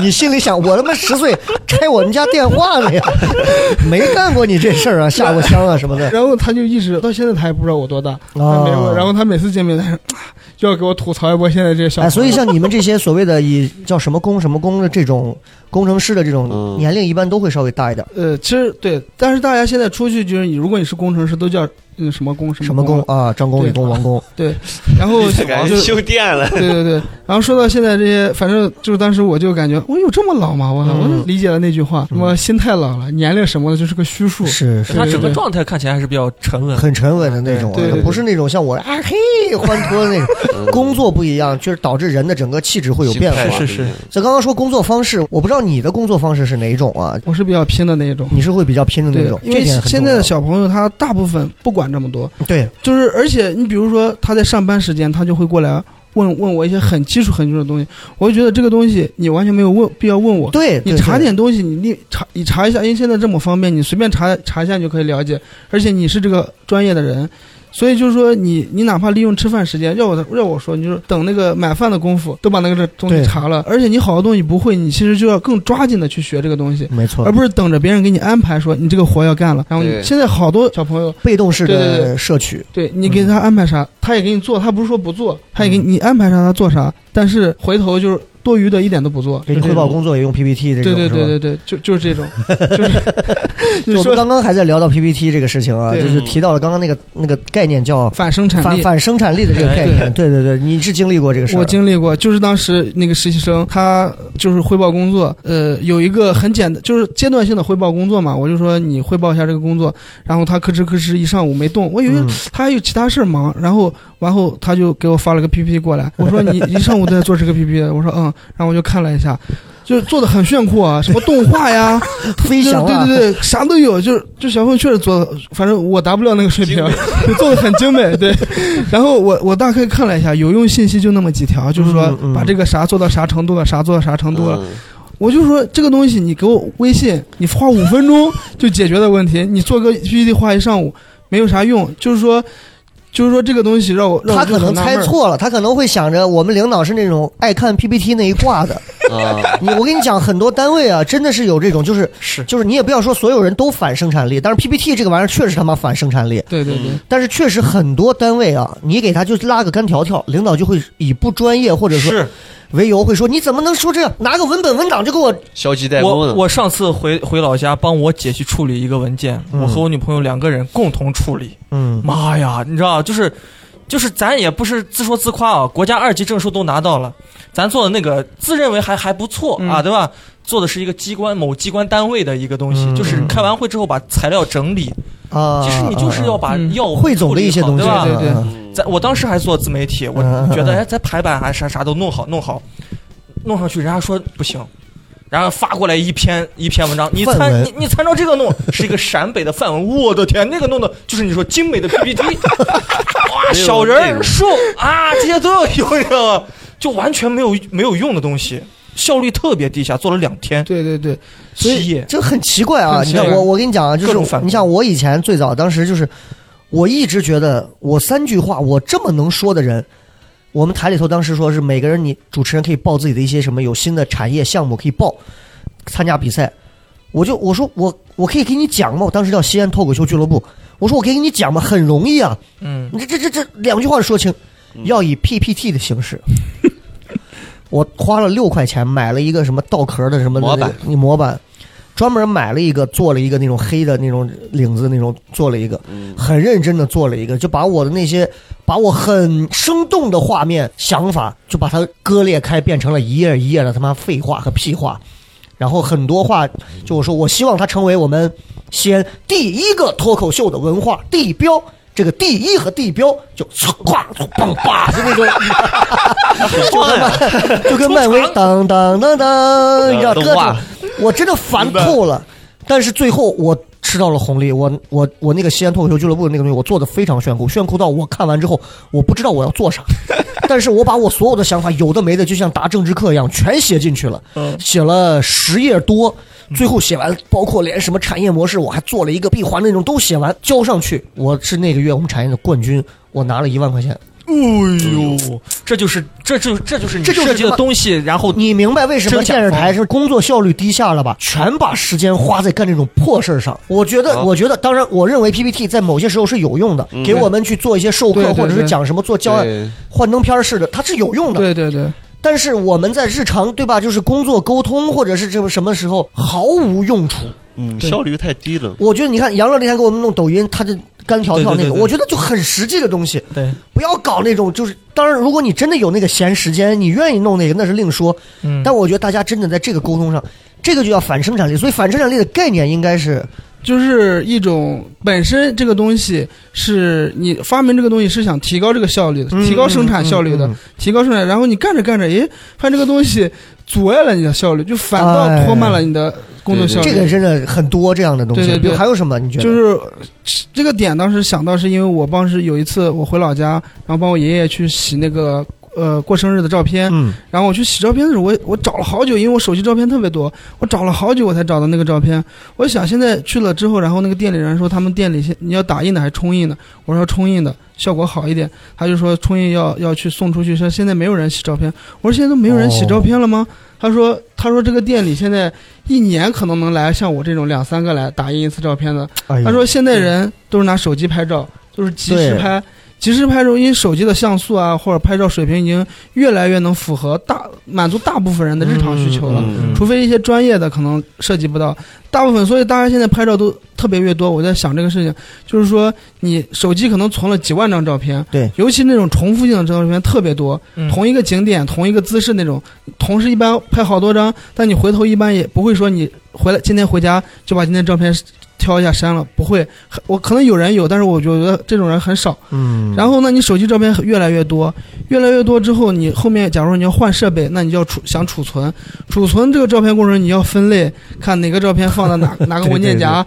你心里想，我他妈十岁拆我们家电话了呀， [laughs] 没干过你这事儿啊，下过乡啊什 [laughs] 么的。然后他就一直到现在他也不知道我多大，他哦没问。然后他每次见面，他说啊就要给我吐槽一波现在这些小孩哎，儿。所以像你们这些所谓的以叫什么工什么工的这种工程师的这种嗯年龄，一般都会稍微大一点。呃，其实对，但是大家现在出去就是，你如果你是工程师，都叫嗯什么工什什么工工。啊？张工、对李工、王工，对，然 [laughs] 后感就觉修电 [laughs] 了，对对对，然后说到现在这些，反正就是当时我就感觉我有这么老吗？我操！我嗯就理解了那句话，什么心太老了，年龄什么的就是个虚数。是他是对整个对状态看起来还是比较沉稳。很沉稳的那种啊对对，对不是那种像我啊嘿欢脱的那种。工作不一样，就是导致人的整个气质会有变化。是是所以刚刚说工作方式，我不知道你的工作方式是哪种啊？我是比较拼的那一种。你是会比较拼的那对种，，因嗯这为点很现重在要的小朋友他大部分不管这么多，对，就是而且你比如说他在上班时间，他就会过来问问我一些很基础很基础的东西，我就觉得这个东西你完全没有问必要问我。对，你对查对点东西，你立查你查一下，因为现在这么方便，你随便查查一下你就可以了解，而且你是这个专业的人，所以就是说你你哪怕利用吃饭时间，要我要我说，你就是等那个买饭的功夫都把那个东西对查了，而且你好多东西不会，你其实就要更抓紧的去学这个东西。没错而，不是等着别人给你安排说你这个活要干了，然后你对现在好多小朋友，被动式对对的对摄取，对你嗯给他安排啥，他也给你做，他不是说不做，他也给你你安排啥他做啥，但是回头就是多余的一点都不做，给你汇报工作也用 PPT 这种，对对是对吧对对，就就是 [laughs] 这种，就是就你我们说刚刚还在聊到 PPT 这个事情啊，对就是提到了刚刚那个那个概念叫反生产反力。反生产力的这个概念。对对对，你是经历过这个事儿我，经历过，就是当时那个实习生，他就是汇报工作，呃，有一个很简单，就是阶段性的汇报工作嘛。我就说你汇报一下这个工作，然后他吭哧吭哧一上午没动，我以为嗯他还有其他事儿忙，然后完后他就给我发了个 PPT 过来，我 [laughs] 说你一上午都在做这个 PPT，我说嗯，然后我就看了一下，就是做的很炫酷啊，什么动画呀，飞就是翔啊，对对对，啥都有，就是就小朋友确实做，反正我达不了那个水平，就做的很精美，对。 [laughs] 然后我我大概看了一下，有用信息就那么几条，就是说嗯嗯嗯把这个啥做到啥程度了，啥做到啥程度了。我就说这个东西，你给我微信，你花五分钟就解决的问题，你做个 PPT 画一上午没有啥用，就是说，就是说这个东西让我让我他就可能很纳猜闷儿。错了，他可能会想着我们领导是那种爱看 PPT 那一挂的。 [laughs] 啊，你我跟你讲，很多单位啊，真的是有这种，就是是就是你也不要说所有人都反生产力，但是 PPT 这个玩意儿确实他妈反生产力。对对对，但是确实很多单位啊，你给他就拉个干条条，领导就会以不专业或者说是为由会说你怎么能说这样？拿个文本文档就给我消极怠工我呢。我上次回回老家帮我姐去处理一个文件，嗯我和我女朋友两个人共同处理。嗯妈呀，你知道就是。就是咱也不是自说自夸啊，国家二级证书都拿到了，咱做的那个自认为还还不错啊，嗯对吧？做的是一个机关某机关单位的一个东西，嗯就是开完会之后把材料整理，啊，其实你就是要把嗯要汇总的一些东西，处理好对吧？对对嗯嗯咱我当时还做自媒体，我嗯嗯嗯觉得哎，咱排版还啥啥都弄好弄好，弄上去人家说不行，然后发过来一篇一篇文章，你范参文你你参照这个弄，是一个陕北的范文，我的天，那个弄的就是你说精美 [laughs] 的 PPT，哇，没有小内人容儿树啊，这些都要有，你知道吗？就完全没有没有用的东西，效率特别低下，做了两天对对对，所以七页，这很奇怪啊！很你奇看怪我，我跟你讲啊，就各种是反你像我以前最早当时就是，我一直觉得我三句话我这么能说的人，我们台里头当时说是每个人你主持人可以报自己的一些什么有新的产业项目可以报参加比赛，我就我说我我可以给你讲吗？我当时叫西安脱口秀俱乐部，我说我可以给你讲吗？很容易啊，嗯，你这这这这两句话说清，嗯要以 PPT 的形 [laughs] 式。我花了六块钱买了一个什么稻壳的什么模板，你模板，专门买了一个，做了一个那种黑的那种领子那种，做了一个，嗯很认真的做了一个，就把我的那些把我很生动的画面想法，就把它割裂开，变成了一页一页的他妈废话和屁话，然后很多话，就我说我希望它成为我们西安第一个脱口秀的文化地标。这个第一和地标就唰唰棒叭，就那种， [laughs] 就跟漫就跟漫威当当当当，你知道呃动各种画，我真的烦透了。但是最后我吃到了红利，我我我那个西安脱口秀俱乐部的那个东西，我做的非常炫酷，炫酷到我看完之后，我不知道我要 [laughs] 做啥，但是我把我所有的想法有的没的，就像答政治课一样，全写进去了，写了十页多，最后写完，包括连什么产业模式，我还做了一个闭环那种都写完交上去，我是那个月我们产业的冠军，我拿了一万块钱。哎呦， [laughs] 这就是这就这就是你这就是设计什么的东西，然后你明白为什么电视台是工作效率低下了吧？全把时间花在干这种破事儿上。我觉得，啊我觉得，当然，我认为 PPT 在某些时候是有用的，给我们去做一些授课对对或者是对讲什么做教案、对幻灯片儿似的，它是有用的。对对对，但是我们在日常对吧，就是工作沟通或者是这个什么时候毫无用处。嗯，效率太低了。我觉得你看杨乐那天给我们弄抖音，他就干条条那个，对对对对我觉得就很实际的东西。对，不要搞那种，就是当然，如果你真的有那个闲时间，你愿意弄那个，那是另说。嗯，但我觉得大家真的在这个沟通上，这个就叫反生产力。所以反生产力的概念应该是就是一种本身这个东西是你发明这个东西是想提高这个效率的，提高生产效率的，嗯嗯嗯嗯提高生产，然后你干着干着，诶，发现这个东西阻碍了你的效率，就反哎倒拖慢了你的工作效对率。这个真的很多这样的东西。对对对比如还有什么？你觉得？就是这个点，当时想到是因为我当时有一次我回老家，然后帮我爷爷去洗那个呃过生日的照片，嗯，然后我去洗照片的时候，我我找了好久，因为我手机照片特别多，我找了好久我才找到那个照片。我想现在去了之后，然后那个店里人说他们店里现你要打印的还是冲印的，我说要冲印的效果好一点，他就说冲印要要去送出去，说现在没有人洗照片。我说现在都没有人洗照片了吗？他说他说这个店里现在一年可能能来像我这种两三个来打印一次照片的，哎呦他说现在人都是拿手机拍照，都是即时对拍，即时拍照，因为手机的像素啊或者拍照水平已经越来越能符合大满足大部分人的日常需求了。嗯除非一些专业的可能涉及不到，大部分，所以大家现在拍照都特别越多。我在想这个事情，就是说你手机可能存了几万张照片，对，尤其那种重复性的照片特别多，嗯同一个景点、同一个姿势那种，同时一般拍好多张，但你回头一般也不会说你回来今天回家就把今天照片挑一下删了，不会。我可能有人有，但是我觉得这种人很少。嗯，然后呢，你手机照片越来越多，越来越多之后，你后面假如你要换设备，那你就要储想储存，储存这个照片过程你要分类，看哪个照片放到哪 [laughs] 哪个文件夹。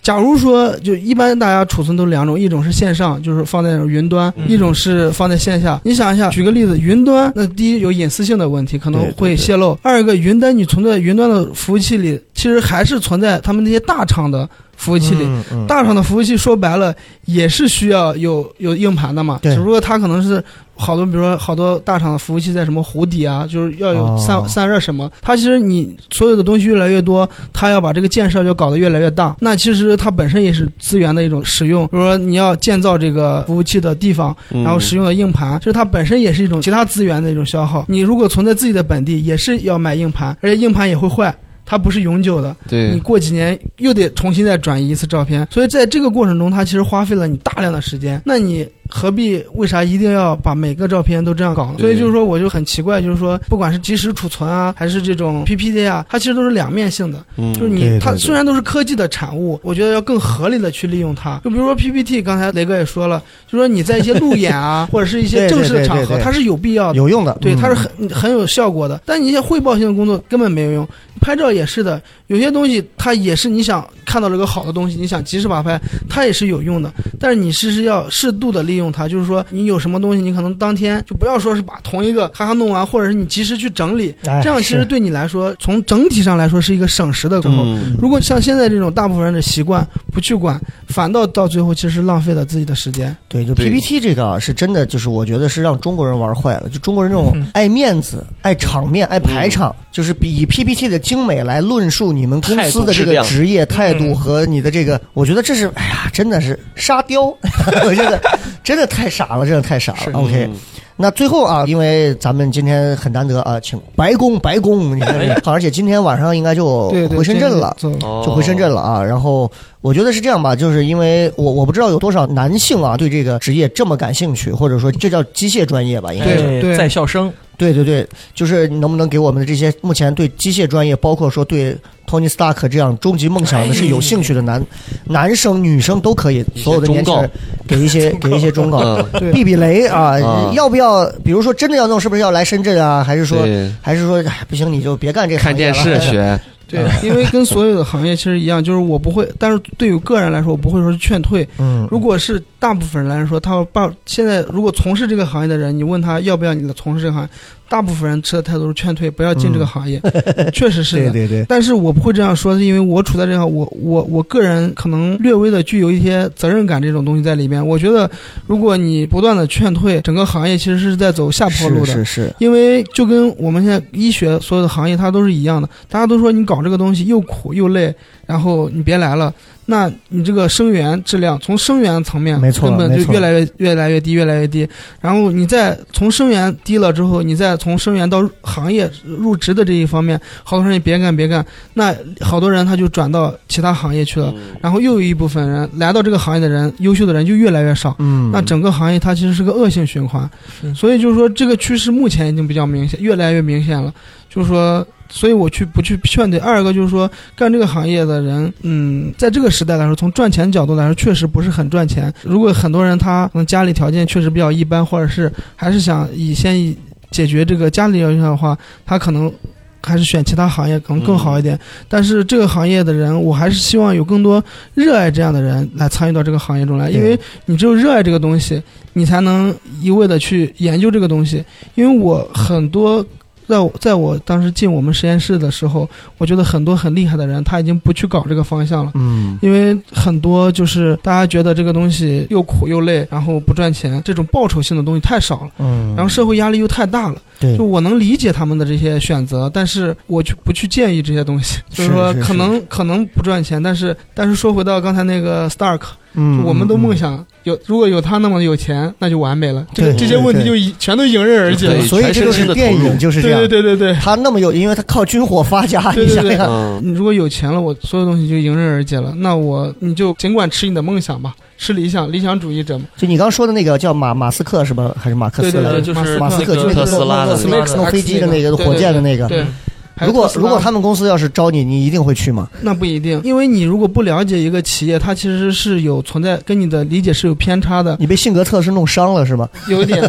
假如说，就一般大家储存都是两种，一种是线上，就是放在云端；嗯一种是放在线下。你想一下，举个例子，云端那第一有隐私性的问题，可能对对会对泄露；二一个，云端你存在云端的服务器里，其实还是存在他们那些大厂的服务器里。嗯嗯大厂的服务器说白了也是需要有有硬盘的嘛，对只不过它可能是好多，比如说好多大厂的服务器在什么湖底啊，就是要有散、哦散热什么。它其实你所有的东西越来越多，它要把这个建设就搞得越来越大。那其实它本身也是资源的一种使用，比如说你要建造这个服务器的地方，嗯然后使用的硬盘，就是它本身也是一种其他资源的一种消耗。你如果存在自己的本地，也是要买硬盘，而且硬盘也会坏，它不是永久的。你嗯对，过几年又得重新再转移一次照片，所以在这个过程中，它其实花费了你大量的时间。那你何必为啥一定要把每个照片都这样搞了？对所以就是说，我就很奇怪，就是说，不管是即时储存啊，还是这种 PPT 啊，它其实都是两面性的。嗯就是对对你它对虽然都是科技的产物，我觉得要更合理的去利用它。就比如说 PPT，刚才雷哥也说了，就说你在一些路 [laughs] 演啊，或者是一些正式的场对对对合，对它是有必要的。有用的，对，嗯它是很很有效果的。但你一些汇报性的工作根本没有用，拍照也是的。有些东西它也是你想看到这个好的东西，你想及时把它拍，它也是有用的。但是你是是要适度的利用它，就是说你有什么东西，你可能当天就不要说是把同一个咔咔弄完，或者是你及时去整理，哎这样其实是对你来说，从整体上来说是一个省时的工作。嗯如果像现在这种大部分人的习惯不去管，反倒到最后其实浪费了自己的时间。对，就对 PPT 这个啊，是真的，就是我觉得是让中国人玩坏了。就中国人这种嗯爱面子、爱场面、爱嗯排场，就是比以 PPT 的精美来论述你们公司的这个态度质职业态度嗯和你的这个，我觉得这是，哎呀，真的是沙雕， [laughs] 我觉得真的太傻了，真的太傻了。OK，那嗯嗯最后啊，因为咱们今天很难得啊，请白宫白宫，你看这个好，而且今天晚上应该就对对，哦回深圳了。真的是。就就回深圳了啊。然后我觉得是这样吧，就是因为我我不知道有多少男性啊对这个职业这么感兴趣，或者说这叫机械专业吧，应该对是。对在校生，对对对，就是能不能给我们的这些目前对机械专业，包括说对 Tony Stark 这样终极梦想的是有兴趣的男哎男生、女生都可以，些所有的年轻人给一些给一些 [laughs] 忠告，嗯，对避避雷啊啊！要不要？比如说真的要弄，是不是要来深圳啊？还是说对还是说哎不行你就别干这个看行业电了视学，对，嗯因为跟所有的行业其实一样，就是我不会，但是对于个人来说，我不会说是劝退。嗯，如果是大部分人来说，他把现在如果从事这个行业的人，你问他要不要你的从事这个行业，大部分人持的态度是劝退，不要进这个行业，确实是的。嗯对对对， [laughs] 但是我不会这样说，是因为我处在这样，我我我个人可能略微的具有一些责任感这种东西在里面。我觉得，如果你不断的劝退，整个行业其实是在走下坡路的。是是是，因为就跟我们现在医学所有的行业，它都是一样的，大家都说你搞这个东西又苦又累，然后你别来了。那你这个生源质量，从生源层面没错根本没就错越来越越来越低，越来越低。然后你再从生源低了之后，你再从生源到行业入职的这一方面，好多人也别干别干，那好多人他就转到其他行业去了。嗯然后又有一部分人来到这个行业的人，优秀的人就越来越少。嗯，那整个行业它其实是个恶性循环，是所以就是说这个趋势目前已经比较明显，越来越明显了。就是说，所以我去不去劝退。二个就是说，干这个行业的人，嗯，在这个时代来说，从赚钱角度来说，确实不是很赚钱。如果很多人他可能家里条件确实比较一般，或者是还是想以先以解决这个家里条件的话，他可能。还是选其他行业可能更好一点，但是这个行业的人，我还是希望有更多热爱这样的人来参与到这个行业中来，因为你只有热爱这个东西，你才能一味的去研究这个东西。因为我很多在我在我当时进我们实验室的时候，我觉得很多很厉害的人他已经不去搞这个方向了。嗯，因为很多就是大家觉得这个东西又苦又累，然后不赚钱，这种报酬性的东西太少了，嗯，然后社会压力又太大了。对就，我能理解他们的这些选择，但是我就不去建议这些东西。就是说是，是可能可能不赚钱，但是但是说回到刚才那个 Stark，嗯，我们都梦想有，如果有他那么有钱，那就完美了。这个对这些问题就已全都迎刃而嗯。解对了。所以这就是电影就是对这样，对对对对，他那么有，因为他靠军火发家，对对对你想想，嗯，你如果有钱了，我所有东西就迎刃而解了。那我你就尽管吃你的梦想吧，吃理想，理想主义者嘛。就你刚说的那个叫马马斯克是吧？还是马克思对来呃，着？就马斯是马斯克就那个是特斯拉的那个 Max 弄飞机的那个，对对对火箭的那个。对，还有如果特斯拉如果他们公司要是招你，你一定会去吗？那不一定，因为你如果不了解一个企业，它其实是有存在跟你的理解是有偏差的。你被性格测试弄伤了是吧？有一点，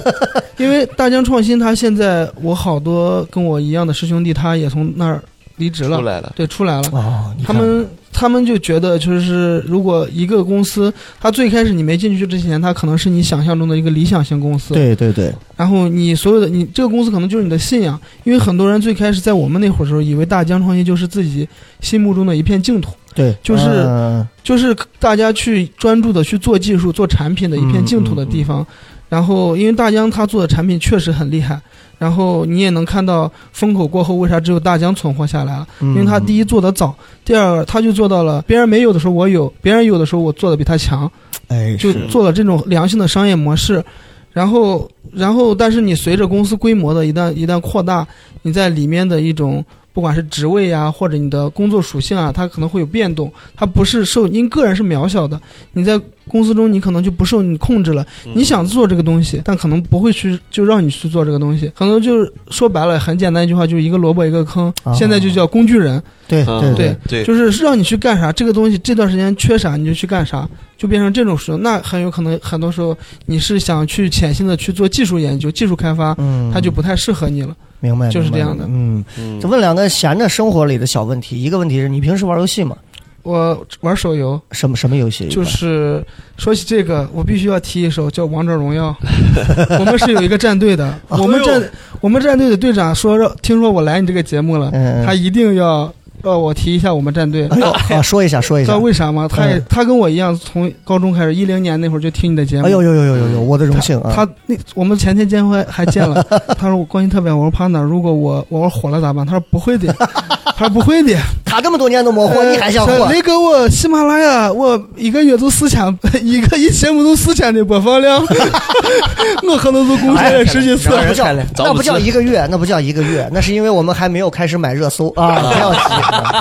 因为大疆创新，它现在我好多跟我一样的师兄弟，他也从那儿离职出了，来了，对，出来了。哦，你他看们他们就觉得，就是如果一个公司，它最开始你没进去之前，它可能是你想象中的一个理想型公司，对对对，然后你所有的你这个公司可能就是你的信仰，因为很多人最开始在我们那会儿的时候，以为大疆创新就是自己心目中的一片净土。对，就是嗯就是大家去专注的去做技术、做产品的一片净土的地方。然后，因为大疆他做的产品确实很厉害，然后你也能看到风口过后为啥只有大疆存活下来了，嗯因为他第一做得早，第二他就做到了别人没有的时候我有，别人有的时候我做的比他强，哎就是做了这种良性的商业模式。然后，然后，但是你随着公司规模的一旦一旦扩大，你在里面的一种不管是职位啊，或者你的工作属性啊，它可能会有变动。它不是受因个人是渺小的，你在公司中你可能就不受你控制了。你想做这个东西，但可能不会去就让你去做这个东西。可能就是说白了，很简单一句话，就是一个萝卜一个坑啊。现在就叫工具人，对啊对对对，就是让你去干啥，这个东西这段时间缺啥你就去干啥，就变成这种时候。那很有可能很多时候你是想去潜心的去做技术研究、技术开发，嗯，它就不太适合你了。明白，就是明白这样的嗯，嗯就问两个闲着生活里的小问题，一个问题是你平时玩游戏吗？我玩手游，什么什么游戏？就是说起这个，我必须要提一首叫《王者荣耀》。 [laughs] 我们是有一个战队 [laughs] 的，哦我们啊战我们战队的队长说，让听说我来你这个节目了，嗯，他一定要让我提一下我们战队。哎嗯呦，啊说一下说一知下道，为啥吗？他也他跟我一样，从高中开始，一零年那会儿就听你的节目。哎呦呦呦呦呦呦，我的荣幸啊！他那我们前天见还还 [laughs] 见了，他说我关系特别好，我说胖子，如果我我火了咋办？他说不会 [laughs] 的，他说不会的。他这么多年都没 [laughs] 火，你还想呃火？雷哥，我喜马拉雅我呃一个月都四千， [laughs] 一个一节目都四千的播放量， [laughs] 我可能都贡献哎了十几次。那不叫早那不叫一个月，那不叫一个月，那是因为我们还没有开始买热搜啊！不要急啊，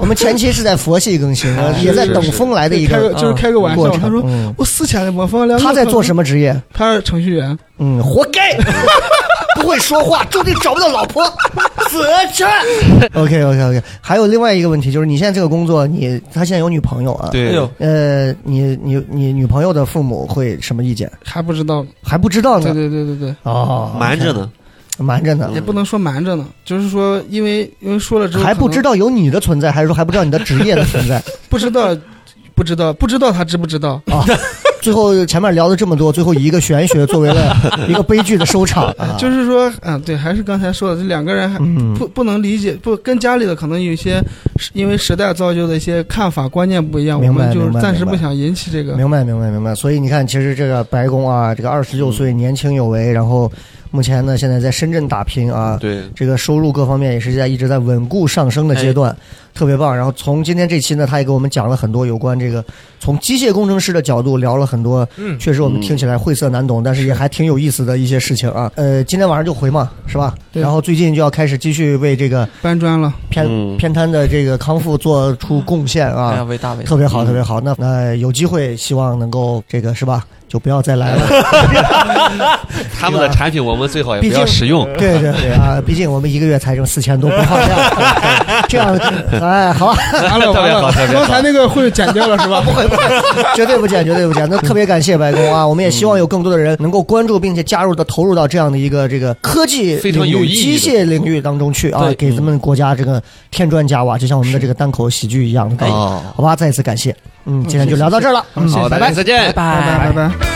我们前期是在佛系更新，啊也在等风来的一哎开个个就是开个玩过笑，程。他说嗯我四千的播放量。他在做么？什么职业？他是程序员。嗯，活 [laughs] 该，不会说话，注定找不到老婆，死去。OK [laughs] OK OK，还有另外一个问题就是，你现在这个工作，你他现在有女朋友啊？。哎对，呦，呃，你你你女朋友的父母会什么意见？还不知道，还不知道对呢。对对对对，哦，瞒着呢， [laughs] 瞒着呢也，不能说瞒着呢，就是说，因为因为说了之后还不知道，道有你的存在，还是说还不知道你的职业的存 [laughs] 在？不知道，不知道，不知道他知不知道？最后前面聊了这么多，最后以一个玄学作为 [laughs] 了一个悲剧的收场啊。就是是说，嗯，对，还是刚才说的，这两个人还嗯不不能理解，不跟家里的可能有一些是因为时代造就的一些看法观念不一样，我明白们就明白暂时明白不想引起这个。明白，明白，明白。所以你看，其实这个白宫啊，这个二十六嗯岁年轻有为，然后目前呢，现在在深圳打拼啊，对，这个收入各方面也是在一直在稳固上升的哎阶段，特别棒。然后从今天这期呢，他也给我们讲了很多有关这个从机械工程师的角度聊了很多，嗯确实我们听起来晦涩难懂，但是也还挺有意思的一些事情啊。呃，今天晚上就回嘛，是吧？对然后最近就要开始继续为这个搬砖了，偏、嗯偏瘫的这个康复做出贡献啊。哎呀，伟大伟大，特别好，特别好。那那有机会，希望能够这个是吧？就不要再来了。他们的产品我们最好也毕不要竟使用。对对对啊，毕竟我们一个月才挣四千多，不放量，啊 [laughs] 这样哎，好吧， [laughs] 完了 [laughs] 特完别好了特，别好刚才那个会剪掉了是吧？不会， [laughs] 绝对不减，绝对不减。那特别感谢白宫啊，我们也希望有更多的人能够关注并且加入到投入到这样的一个这个科技非常领域有意义机的械领域当中去啊对，给咱们国家这个添砖加瓦，就像我们的这个单口喜剧一样的概念。哦好吧，再一次感谢。嗯，今天就聊到这儿了。嗯，谢谢好，拜大拜家。再见。拜拜拜拜。